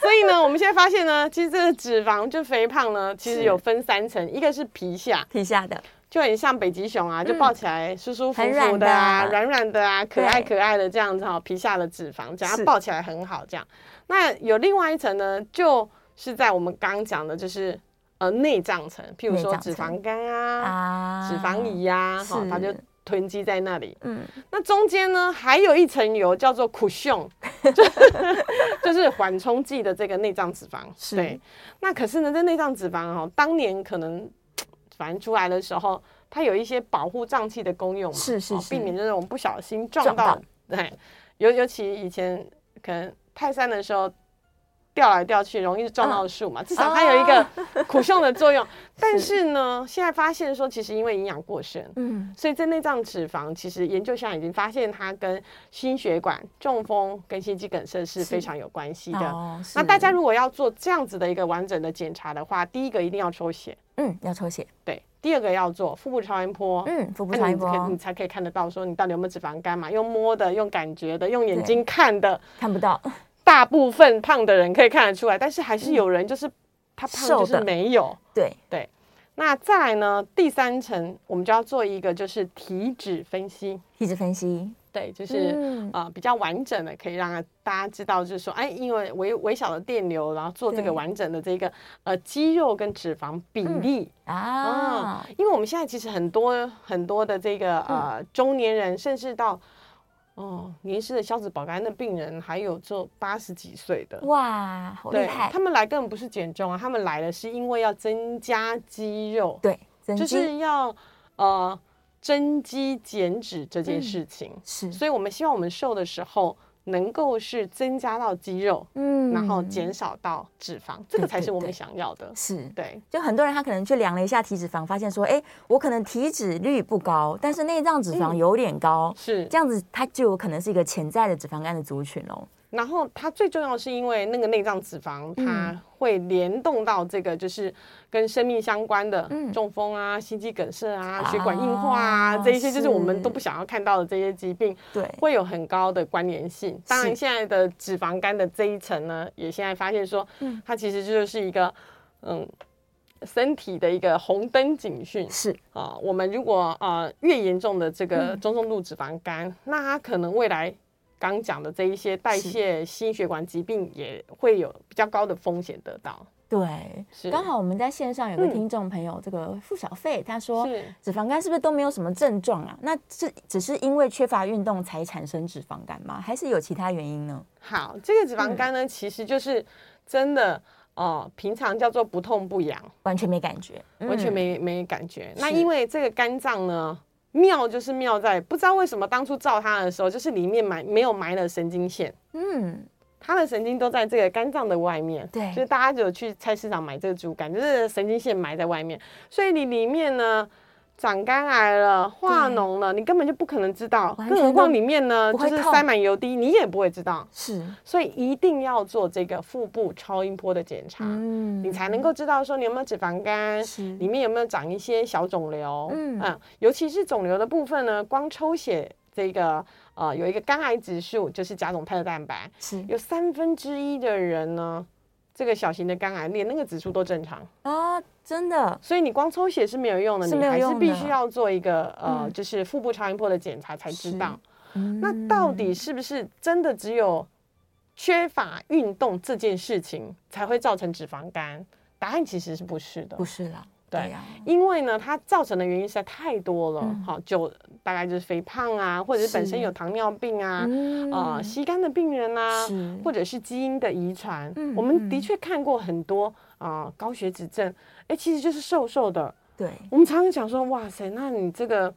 S2: 所以呢，我们现在发现呢，其实这个脂肪就肥胖呢，其实
S1: 是
S2: 有分三层，一个是皮下，
S1: 皮下的，
S2: 就很像北极熊啊，就抱起来舒舒
S1: 嗯
S2: 服
S1: 很
S2: 服
S1: 软
S2: 的啊，
S1: 的
S2: 软软的啊，可爱
S1: 对
S2: 可爱的这样子哈、皮下的脂肪，这样
S1: 是
S2: 它抱起来很好这样。那有另外一层呢，就是在我们刚刚讲的，就是呃内脏层，譬如
S1: 内
S2: 说
S1: 脏层
S2: 脂肪肝啊、
S1: 啊，
S2: 脂肪胰呀、啊，哈、
S1: 是
S2: 它就囤积在那里。
S1: 嗯，
S2: 那中间呢，还有一层油叫做 cushion，就就是 缓冲剂的这个内脏脂肪。
S1: 是
S2: 对，那可是呢，这内脏脂肪哦，当年可能反正出来的时候，它有一些保护脏器的功用嘛，
S1: 是是
S2: 哦
S1: 是
S2: 避免这种不小心撞
S1: 撞
S2: 到
S1: 到。
S2: 对，尤尤其以前可能泰山的时候。掉来掉去，容易撞
S1: 嗯
S2: 到树嘛，至
S1: 哦
S2: 少它有一个苦胸的作用。 但是呢，现在发现说，其实因为营养过剩，
S1: 嗯，
S2: 所以在内脏脂肪，其实研究上已经发现它跟心血管、中风跟心肌梗塞是非常有关系的。
S1: 哦，是
S2: 那大家如果要做这样子的一个完整的检查的话，第一个一定要抽血，
S1: 嗯要抽血，
S2: 对；第二个要做腹部超音波，
S1: 嗯，腹部
S2: 那
S1: 超音
S2: 你可以你
S1: 波
S2: 才可以看得到说你到底有没有脂肪肝嘛，用摸的、用感觉的、用眼睛看的，
S1: 看不到，
S2: 大部分胖的人可以看得出来，但是还是有人就是、他胖
S1: 嗯瘦
S2: 就是
S1: 的
S2: 没有，
S1: 对，
S2: 那再来呢，第三层我们就要做一个就是体脂分析，
S1: 体脂分析
S2: 对，就是、
S1: 嗯
S2: 啊比较完整的，可以让大家知道，就是说，哎，因为微微小的电流，然后做这
S1: 对嗯
S2: 个完整的这个呃肌肉跟脂肪比例。
S1: 啊，
S2: 因为我们现在其实很多很多的这个呃
S1: 嗯
S2: 中年人，甚至到哦、年事的消脂保肝的病人，还有做八十几岁的，
S1: 哇，好厉
S2: 对，
S1: 害
S2: 他，们来根本不是减重啊，他们来的是因为要增加肌肉，
S1: 对，增
S2: 就
S1: 肌
S2: 是要呃增肌减脂这
S1: 嗯
S2: 件事情。
S1: 是，
S2: 所以我们希望我们瘦的时候能够是增加到肌肉，
S1: 嗯
S2: 然后减少到脂肪，这个才是我
S1: 对
S2: 们想要的。
S1: 是
S2: 对
S1: 就很多人他可能去量了一下体脂肪，发现说，哎，我可能体脂率不高，但是内脏脂肪
S2: 嗯
S1: 有点高，
S2: 是
S1: 这。样子他就有可能是一个潜在的脂肪肝的族群哦。
S2: 然后它最重要的是因为那个内脏脂肪，
S1: 嗯
S2: 它会联动到这个就是跟生命相关的
S1: 嗯
S2: 中风啊、心肌梗塞啊、
S1: 啊
S2: 血管硬化啊这一些，就是我
S1: 是
S2: 们都不想要看到的这些疾病，
S1: 对，
S2: 会有很高的关联性。当
S1: 是
S2: 然，现在的脂肪肝的这一层呢，也现在发现说，
S1: 嗯
S2: 它其实就是一个嗯身体的一个红灯警讯
S1: 是
S2: 啊、我们如果呃越严重的这个
S1: 嗯
S2: 中重度脂肪肝，那它可能未来。刚讲的这一些代
S1: 是
S2: 谢心血管疾病也会有比较高的风险得到，
S1: 对，
S2: 是
S1: 刚好我们在线上有个
S2: 嗯
S1: 听众朋友，这个付小费，他说
S2: 是
S1: 脂肪肝是不是都没有什么症状啊？那是只是因为缺乏运动才产生脂肪肝吗？还是有其他原因呢？
S2: 好，这个脂肪
S1: 嗯
S2: 肝呢，其实就是真的哦、呃平常叫做不痛不痒，
S1: 完全没感觉，
S2: 完全
S1: 嗯
S2: 没没感觉。那
S1: 是
S2: 因为这个肝脏呢，妙就是妙在不知道为什么当初照它的时候，就是里面埋没有埋了神经线，
S1: 嗯，
S2: 它的神经都在这个肝脏的外面。
S1: 对
S2: 就是大家有去菜市场买这个猪肝，就是神经线埋在外面，所以你里面呢。长肝癌了，化
S1: 对
S2: 脓了，你根本就不可能知道，
S1: 完
S2: 更
S1: 全
S2: 何
S1: 都
S2: 况里面呢，
S1: 不会
S2: 就是
S1: 痛
S2: 塞满油滴，你也不会知道，
S1: 是，
S2: 所以一定要做这个腹部超音波的检查。
S1: 嗯
S2: 你才能够知道说你有没有脂肪肝
S1: 是，
S2: 里面有没有长一些小肿瘤。啊
S1: 嗯
S2: 尤其是肿瘤的部分呢，光抽血这个呃有一个肝癌指数，就是甲种配的蛋白，
S1: 是
S2: 有三分之一的人呢，这个小型的肝癌连那个指数都正常，
S1: 啊，真的
S2: 所以你光抽血是没有用的，
S1: 是
S2: 你
S1: 没有
S2: 还是
S1: 用
S2: 必
S1: 的
S2: 须要做一个呃、
S1: 嗯
S2: 就是腹部超音波的检查才知
S1: 是嗯
S2: 道。那到底是不是真的只有缺乏运动这件事情才会造成脂肪肝？答案其实是不是的
S1: 不，是啦？
S2: 对
S1: 呀，
S2: 因为呢，它造成的原因实在太多了
S1: 嗯。
S2: 好、就大概就是肥胖啊，或者是本身
S1: 是
S2: 有糖尿病啊，
S1: 嗯
S2: 啊、吸肝的病人啊，
S1: 是
S2: 或者是基因的遗传。
S1: 嗯
S2: 我
S1: 嗯
S2: 们的确看过很多啊、高血脂症，哎、其实就是瘦瘦的，
S1: 对，
S2: 我们常常讲说，哇塞，那你这个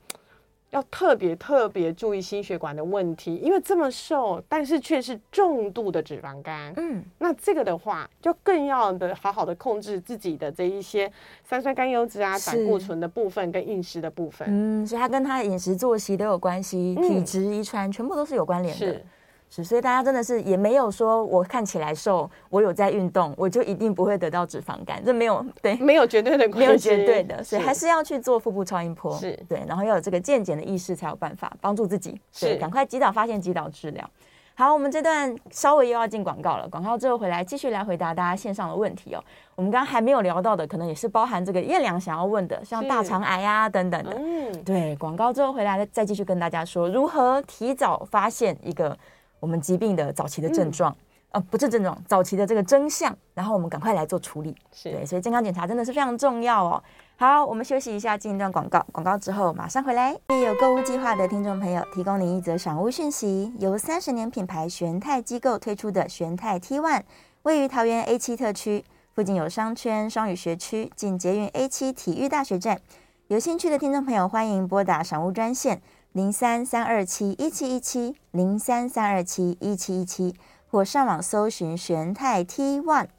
S2: 要特别特别注意心血管的问题，因为这么瘦，但是却是重度的脂肪肝。
S1: 嗯，
S2: 那这个的话，就更要的好好的控制自己的这一些三酸甘油脂啊、
S1: 是
S2: 胆固醇的部分跟饮食的部分。
S1: 嗯，所以它跟他的饮食作息都有关系，体
S2: 嗯
S1: 质、遗传全部都是有关联的
S2: 是。，
S1: 是，所以大家真的是也没有说我看起来瘦，我有在运动，我就一定不会得到脂肪肝，这没有对，
S2: 没有绝对的关
S1: 没
S2: 系，
S1: 有绝对的，所以还
S2: 是
S1: 是要去做腹部超音波，
S2: 是
S1: 对，然后要有这个健检的意识才有办法帮助自己，对，
S2: 是
S1: 赶快及早发现，及早治疗。好，我们这段稍微又要进广告了，广告之后回来继续来回答大家线上的问题哦。我们刚刚还没有聊到的，可能也是包含这个燕良想要问的，像
S2: 是
S1: 大肠癌呀、等等的。
S2: 嗯，
S1: 对，广告之后回来再继续跟大家说如何提早发现一个我们疾病的早期的症
S2: 嗯
S1: 状，呃，不是症状，早期的这个真相，然后我们赶快来做处理。对，
S2: 是
S1: 所以健康检查真的是非常重要哦。好，我们休息一下，进一段广告，广告之后马上回来。为有购物计划的听众朋友，提供您一则赏屋讯息：由三十年品牌玄泰机构推出的玄泰 T One，位于桃园 A 七特区，附近有商圈、双语学区，近捷运 A 七体育大学站。有兴趣的听众朋友，欢迎拨打赏屋专线零三三二七一七一七零三三二七一七一七，或上网搜寻玄泰 T One。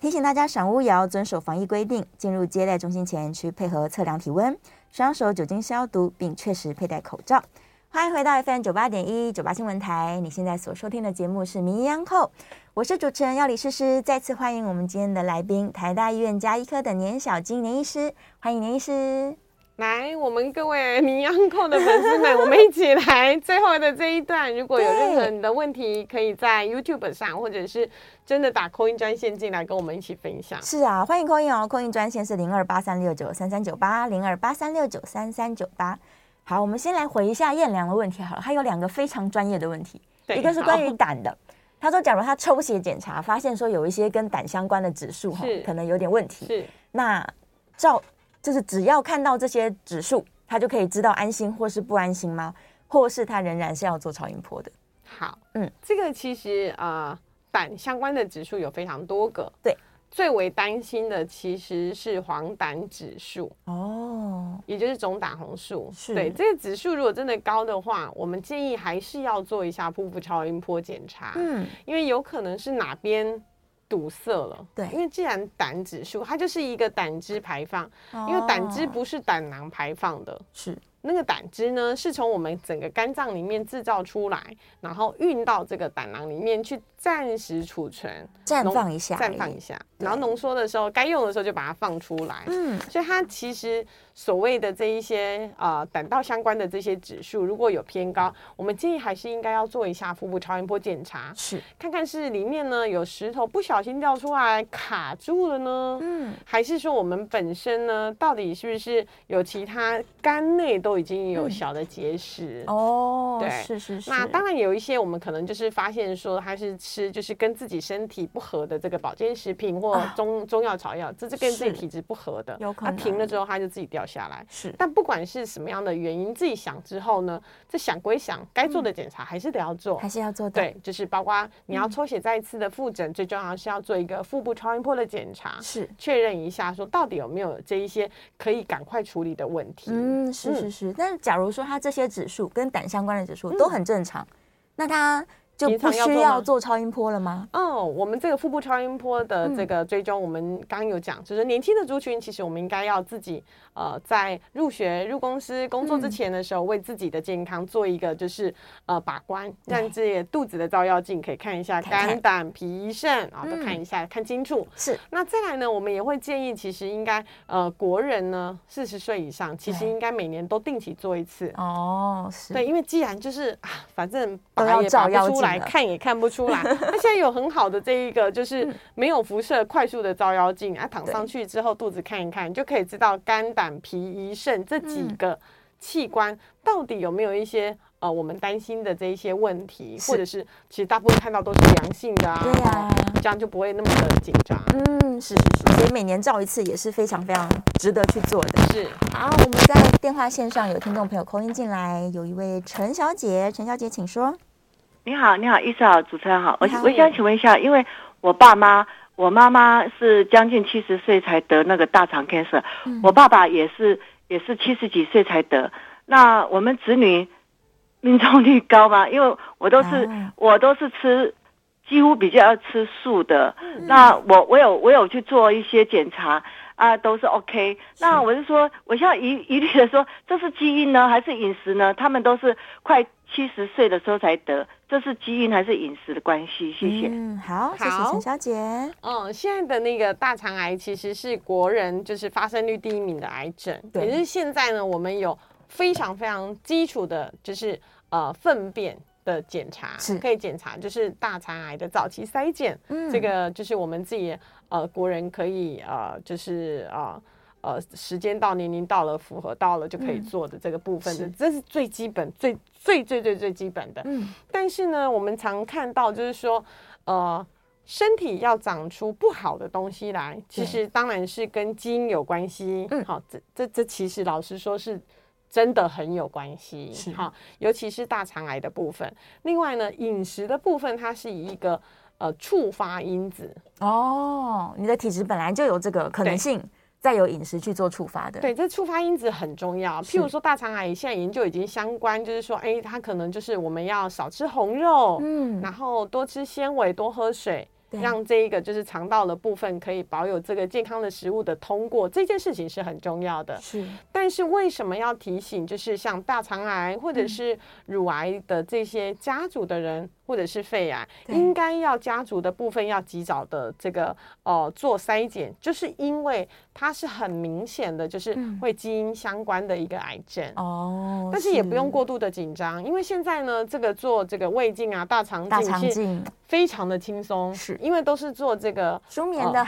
S1: 提醒大家，赏屋也要遵守防疫规定，进入接待中心前需配合测量体温、双手酒精消毒，并确实佩戴口罩。欢迎回到 FM 九八点一九八新闻台，你现在所收听的节目是《名医央叩》，我是主持人药理诗诗，再次欢迎我们今天的来宾，台大医院加医科的年小金年医师，欢迎年医师。
S2: 来，我们各位民安扣的粉丝们，我们一起来最后的这一段。如果有任何你的问题，可以在 YouTube 上，或者是真的打 Coin 专线进来跟我们一起分享。
S1: 是啊，欢迎扣印哦，扣印专线是零二八三六九三三九八零二八三六九三三九八。好，我们先来回一下燕良的问题好了，他有两个非常专业的问题，
S2: 对
S1: 一个是
S2: 好
S1: 关于胆的。他说，假如他抽血检查发现说有一些跟胆相关的指数哈
S2: 是，
S1: 可能有点问题，
S2: 是
S1: 那照就是只要看到这些指数，他就可以知道安心或是不安心吗？或是他仍然是要做超音波的？
S2: 好，
S1: 嗯
S2: 嗯，这个其实啊、呃胆相关的指数有非常多个，
S1: 对，
S2: 最为担心的其实是黄疸指数，
S1: 哦，
S2: 也就是总胆红素。
S1: 是
S2: 对这个指数如果真的高的话，我们建议还是要做一下腹部超音波检查，
S1: 嗯，
S2: 因为有可能是哪边。堵塞了，
S1: 对
S2: 因为既然胆指数它就是一个胆汁排放，嗯因为胆
S1: 哦
S2: 汁不是胆囊排放的，
S1: 是
S2: 那个胆汁呢，是从我们整个肝脏里面制造出来，然后运到这个胆囊里面去暂时储存、
S1: 绽
S2: 浓
S1: 放一下，
S2: 绽放一，下，
S1: 对
S2: 然后浓缩的时候，该用的时候就把它放出来。
S1: 嗯，
S2: 所以它其实所谓的这一些呃胆道相关的这些指数，如果有偏高，我们建议还是应该要做一下腹部超音波检查，
S1: 是，
S2: 看看是里面呢有石头不小心掉出来卡住了呢，
S1: 嗯。
S2: 还是说我们本身呢，到底是不是有其他肝内都已经有小的结石？
S1: 嗯哦，
S2: 对
S1: 是是是，
S2: 那当然有一些我们可能就是发现说它是吃就是跟自己身体不合的这个保健食品或
S1: 啊
S2: 中、中药草药，这是跟自己
S1: 是
S2: 体质不合的，
S1: 有可
S2: 它
S1: 能
S2: 停了之后它就自己掉下来。
S1: 是
S2: 但不管是什么样的原因，自己想之后呢，这想归想，该做的检查还是得要做。
S1: 嗯还是嗯要做到，
S2: 对，就是包括你要抽血再一次的复诊，最重要是要做一个腹部超音波的检查。
S1: 是，
S2: 确认一下，说到底有没有这一些可以赶快处理的问题。
S1: 嗯，是是
S2: 嗯
S1: 是。但是假如说它这些指数跟胆相关的指数都很正常，那它就
S2: 平
S1: 不
S2: 常要
S1: 需
S2: 做
S1: 要
S2: 吗
S1: 做超音波了吗？
S2: 哦，我们这个腹部超音波的这个追踪，我们刚有讲，就是年轻的族群，其实我们应该要自己呃，在入学、入公司工作
S1: 嗯
S2: 之前的时候，为自己的健康做一个就是呃把
S1: 嗯
S2: 关，让自己肚子的照妖镜可以看一下
S1: 看看
S2: 肝、胆、脾、肾啊，都
S1: 嗯
S2: 看一下，看清楚。
S1: 是
S2: 那再来呢，我们也会建议，其实应该呃，国人呢四十岁以上，其实
S1: 对
S2: 应该每年都定期做一次。
S1: 哦，是
S2: 对，因为既然就是啊，反正
S1: 都
S2: 拔
S1: 要
S2: 也
S1: 照
S2: 拔
S1: 妖
S2: 不出
S1: 镜
S2: 来，
S1: 了
S2: 看也看 不出来。那现在有很好的这一个，就是没有辐射、快速的照妖镜啊，
S1: 嗯
S2: 躺
S1: 对
S2: 上去之后肚子看一看，就可以知道肝、胆、脾、胰、肾这几
S1: 嗯
S2: 个器官到底有没有一些呃我们担心的这一些问题，
S1: 是
S2: 或者是其实大部分看到都是良性的啊，
S1: 对呀
S2: 这样就不会那么的紧张。
S1: 嗯，是是是，所以每年照一次也是非常非常值得去做的。
S2: 是，
S1: 好，我们在电话线上有听众朋友扣音进来，有一位陈小姐，陈小姐请说。
S3: 你好，你好，医师好，主持人好，我
S1: 你好
S3: 我想请问一下，因为我爸妈，我妈妈是将近七十岁才得那个大肠 cancer，、
S1: 嗯
S3: 我爸爸也是也是七十几岁才得，那我们子女命中率高吗？因为我都是、
S1: 啊
S3: 我都是吃。几乎比较要吃素的，那我我有我有去做一些检查啊，都是 OK。那我是说，我现在疑疑虑的说，这是基因呢，还是饮食呢？他们都是快七十岁的时候才得，这是基因还是饮食的关系？谢谢。
S1: 嗯，好，谢谢
S2: 好
S1: 陈小姐。
S2: 嗯，现在的那个大肠癌其实是国人就是发生率第一名的癌症，
S1: 对
S2: 也就是现在呢，我们有非常非常基础的，就是呃粪便的检查
S1: 是，
S2: 可以检查就是大肠癌的早期筛检，
S1: 嗯
S2: 这个就是我们自己呃国人可以呃就是呃。呃，时间到，年龄到了，符合到了就可以
S1: 嗯
S2: 做的这个部分的，
S1: 是
S2: 这是最基本、最最最最最基本的。
S1: 嗯，
S2: 但是呢，我们常看到就是说，呃，身体要长出不好的东西来，其实当然是跟基因有关系。
S1: 嗯
S2: 好，这这这其实老实说是。真的很有关系
S1: 是，
S2: 好，尤其是大肠癌的部分。另外呢，饮食的部分，它是以一个呃触发因子，
S1: 哦，你的体质本来就有这个可能性，再有饮食去做触发的。，
S2: 对，这触发因子很重要。譬如说，大肠癌现在研究已经相关，就是说，哎、它可能就是我们要少吃红肉，
S1: 嗯
S2: 然后多吃纤维，多喝水，
S1: 对
S2: 让这一个就是肠道的部分可以保有这个健康的食物的通过，这件事情是很重要的。
S1: 是
S2: 但是为什么要提醒，就是像大肠癌或
S1: 嗯
S2: 者是乳癌的这些家族的人，或者是肺癌，
S1: 对
S2: 应该要家族的部分要及早的这个呃做筛检，就是因为它是很明显的，就是
S1: 嗯
S2: 会基因相关的一个癌症。
S1: 哦，
S2: 但是也不用过度的紧张，因为现在呢，这个做这个胃镜啊、大肠
S1: 大肠
S2: 镜是
S1: 镜
S2: 非常的轻松，
S1: 是
S2: 因为都是做这个
S1: 舒眠的，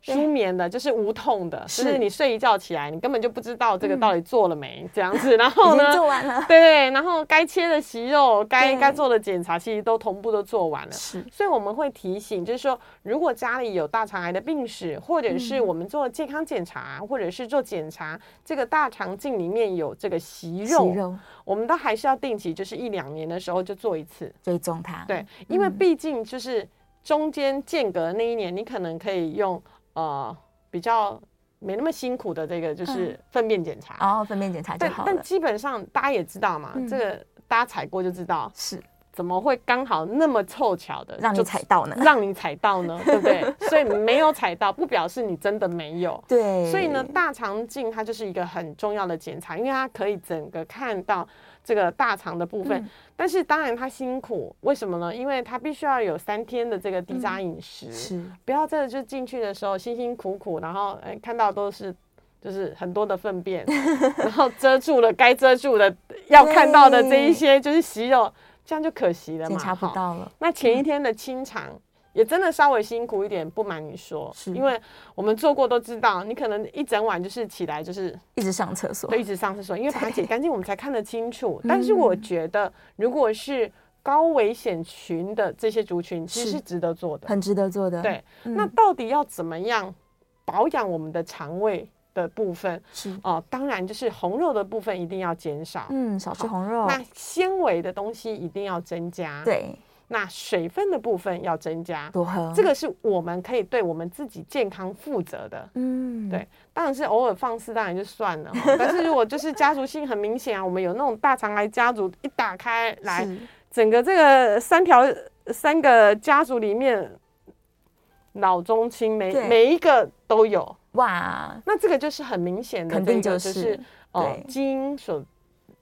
S2: 舒眠的，就是无痛的，
S1: 是
S2: 就是你睡一觉起来，你根本就不知道这个
S1: 嗯
S2: 到底做了没、这样子，然
S1: 已
S2: 后
S1: 经
S2: 呢，
S1: 做完了。
S2: 对对，然后该切的息肉、该
S1: 对
S2: 该做的检查，其实都同步都做完了。
S1: 是
S2: 所以我们会提醒，就是说，如果家里有大肠癌的病史，或者
S1: 嗯
S2: 是我们做健康检查，或者是做检查，这个大肠镜里面有这个息肉，
S1: 息肉
S2: 我们都还是要定期，就是一两年的时候就做一次。
S1: 追踪它。
S2: 对，
S1: 嗯
S2: 因为毕竟就是中间间隔那一年，你可能可以用呃比较没那么辛苦的这个就是粪便检查，
S1: 然后粪便检查嗯哦就
S2: 但
S1: 好
S2: 但
S1: 了。嗯
S2: 基本上大家也知道嘛，这个大家踩过就知道，
S1: 是
S2: 怎么会刚好那么凑巧的
S1: 让你
S2: 就
S1: 踩到呢？
S2: 让你踩到呢，对不对？所以没有踩到，不表示你真的没有。
S1: 对，
S2: 所以呢，大肠镜它就是一个很重要的检查，因为它可以整个看到这个大肠的部分。
S1: 嗯
S2: 但是当然它辛苦，为什么呢？因为它必须要有三天的这个低渣饮食，
S1: 嗯是
S2: 不要真的就进去的时候辛辛苦苦，然后哎看到都是。就是很多的 粪便，然后遮住了该遮住的，要看到的这一些就是息肉，这样就可惜了嘛。
S1: 检查不
S2: 哈
S1: 到了。
S2: 那前一天的清肠也真的稍微辛苦一点，不瞒你说，
S1: 是
S2: 因为我们做过都知道，你可能一整晚就是起来就是
S1: 一直上厕所
S2: 都，一直上厕所，因为把它解干净我们才看得清楚。
S1: 嗯
S2: 但是我觉得，如果是高危险群的这些族群，其
S1: 是
S2: 实是值得做的。
S1: 很值得做的。
S2: 对，
S1: 嗯，
S2: 那到底要怎么样保养我们的肠胃的部分？
S1: 是
S2: 哦、当然就是红肉的部分一定要减少，
S1: 嗯，少吃红肉。
S2: 那纤维的东西一定要增加。。
S1: 对，
S2: 那水分的部分要增加，
S1: 多喝
S2: 这个是我们可以对我们自己健康负责的。
S1: 嗯，
S2: 对，当然是偶尔放肆，当然就算了哦。但是如果就是家族性很明显啊，我们有那种大肠癌家族，一打开来，
S1: 是
S2: 整个这个三条三个家族里面，老中青每
S1: 对
S2: 每一个都有，
S1: 哇，
S2: 那这个就是很明显的
S1: 肯
S2: 这
S1: 定
S2: 一
S1: 就
S2: 个，就是是呃
S1: 对
S2: 基因所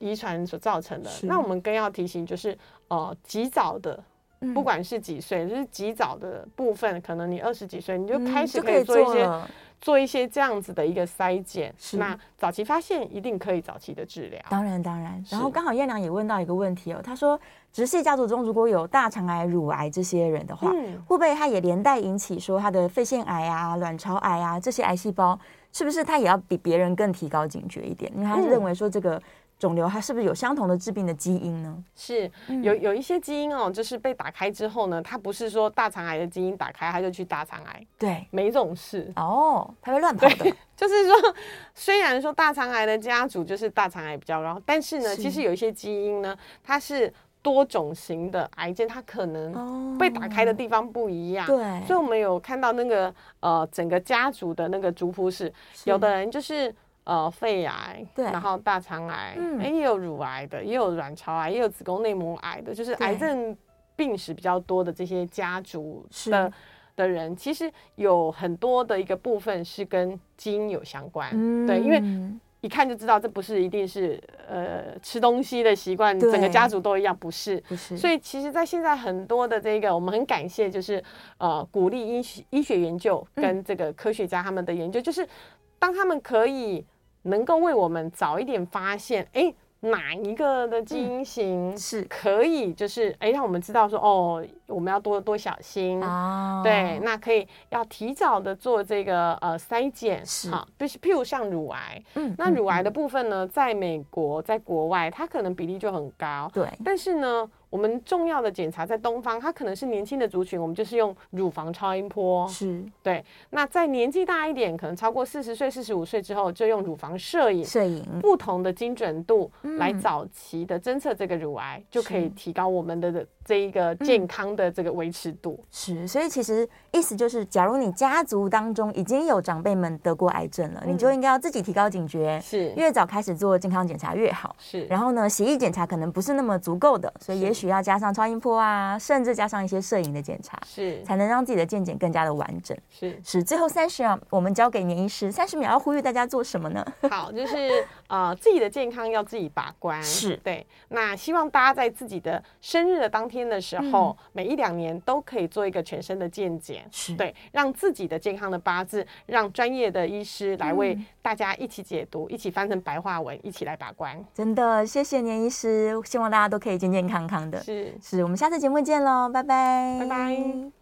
S2: 遗传所造成的。
S1: 是
S2: 那我们更要提醒就是呃及早的
S1: 嗯
S2: 不管是几岁，就是及早的部分，可能你二十几岁你就
S1: 嗯
S2: 开始
S1: 就
S2: 可
S1: 可
S2: 以
S1: 以
S2: 做一
S1: 做
S2: 些、
S1: 了
S2: 做一些这样子的一个筛检。
S1: 是
S2: 那早期发现一定可以早期的治疗。
S1: 当然当然，然后
S2: 是
S1: 刚好燕良也问到一个问题哦，他说直系家族中如果有大肠癌、乳癌这些人的话，
S2: 嗯
S1: 会不会他也连带引起说他的肺腺癌啊、卵巢癌啊这些癌细胞，是不是他也要比别人更提高警觉一点？因为他
S2: 嗯
S1: 认为说这个肿瘤它是不是有相同的致病的基因呢？
S2: 是
S1: 嗯
S2: 有有一些基因哦，就是被打开之后呢，它不是说大肠癌的基因打开它就去大肠癌，
S1: 对，
S2: 没这种事。
S1: 哦，他会乱跑的，
S2: 就是说，虽然说大肠癌的家族就是大肠癌比较高，但是呢，
S1: 是
S2: 其实有一些基因呢，它是多种型的癌症，它可
S1: 哦
S2: 能被打开的地方不一样。
S1: 对
S2: 所以我们有看到那个呃，整个家族的那个族谱史，有的人就是。呃，肺癌，
S1: 对
S2: 然后大肠癌，
S1: 嗯
S2: 哎、也有乳癌的，也有卵巢癌，也有子宫内膜癌的，就是
S1: 对
S2: 癌症病史比较多的这些家族
S1: 是
S2: 的的人，其实有很多的一个部分是跟基因有相关，对，因为
S1: 嗯
S2: 一看就知道这不是一定是呃吃东西的习惯，
S1: 对
S2: 整个家族都一样，不是。
S1: 不是，
S2: 所
S1: 以
S2: 以其实，在现在很多的这个，我们很感谢，就是呃，鼓励医学医学研究跟这个科学家他们的研究，就是当他们可以能够为我们早一点发现，哎，哪一个的基
S1: 嗯
S2: 因型
S1: 是
S2: 可以，就是哎，让我们知道说，哦，我们要多多小心。
S1: 哦，
S2: 对，那可以要提早的做这个呃筛检，
S1: 是
S2: 好，就是譬如像乳癌，
S1: 嗯
S2: 那乳癌
S1: 嗯
S2: 的部分呢，在美国，在国外，它可能比例就很高
S1: 嗯，对，
S2: 但是呢，我们重要的检查在东方，它可能是年轻的族群，我们就是用乳房超音波。
S1: 是
S2: 对，那在年纪大一点，可能超过四十岁、四十五岁之后，就用乳房摄影，
S1: 摄影，
S2: 不同的精准度
S1: 嗯
S2: 来早期的侦测这个乳癌，就可以
S1: 是嗯
S2: 提高我们的这一个健康的这个维持度。
S1: 是，所以其实意思就是，假如你家族当中已经有长辈们得过癌症了，你就应该要自己提高警觉，
S2: 嗯是
S1: 越早开始做健康检查越好。
S2: 是，
S1: 然后呢，血液检查可能不是那么足够的，所以
S2: 是
S1: 也许要加上超音波啊，甚至加上一些摄影的检查，
S2: 是
S1: 才能让自己的健检更加的完整。
S2: 是。
S1: 是，最后三十啊，我们交给年医师，三十秒要呼吁大家做什么呢？
S2: 好，就是呃，自己的健康要自己把关，
S1: 是
S2: 对。那希望大家在自己的生日的当天的时候，每一两年都可以做一个全身的健检，
S1: 嗯是
S2: 对，让自己的健康的八字，让专业的医师来为
S1: 嗯
S2: 大家一起解读，一起翻成白话文，一起来把关。
S1: 真的，谢谢年医师，希望大家都可以健健康康的。
S2: 是，
S1: 是我们下次节目见喽，拜拜，
S2: 拜拜。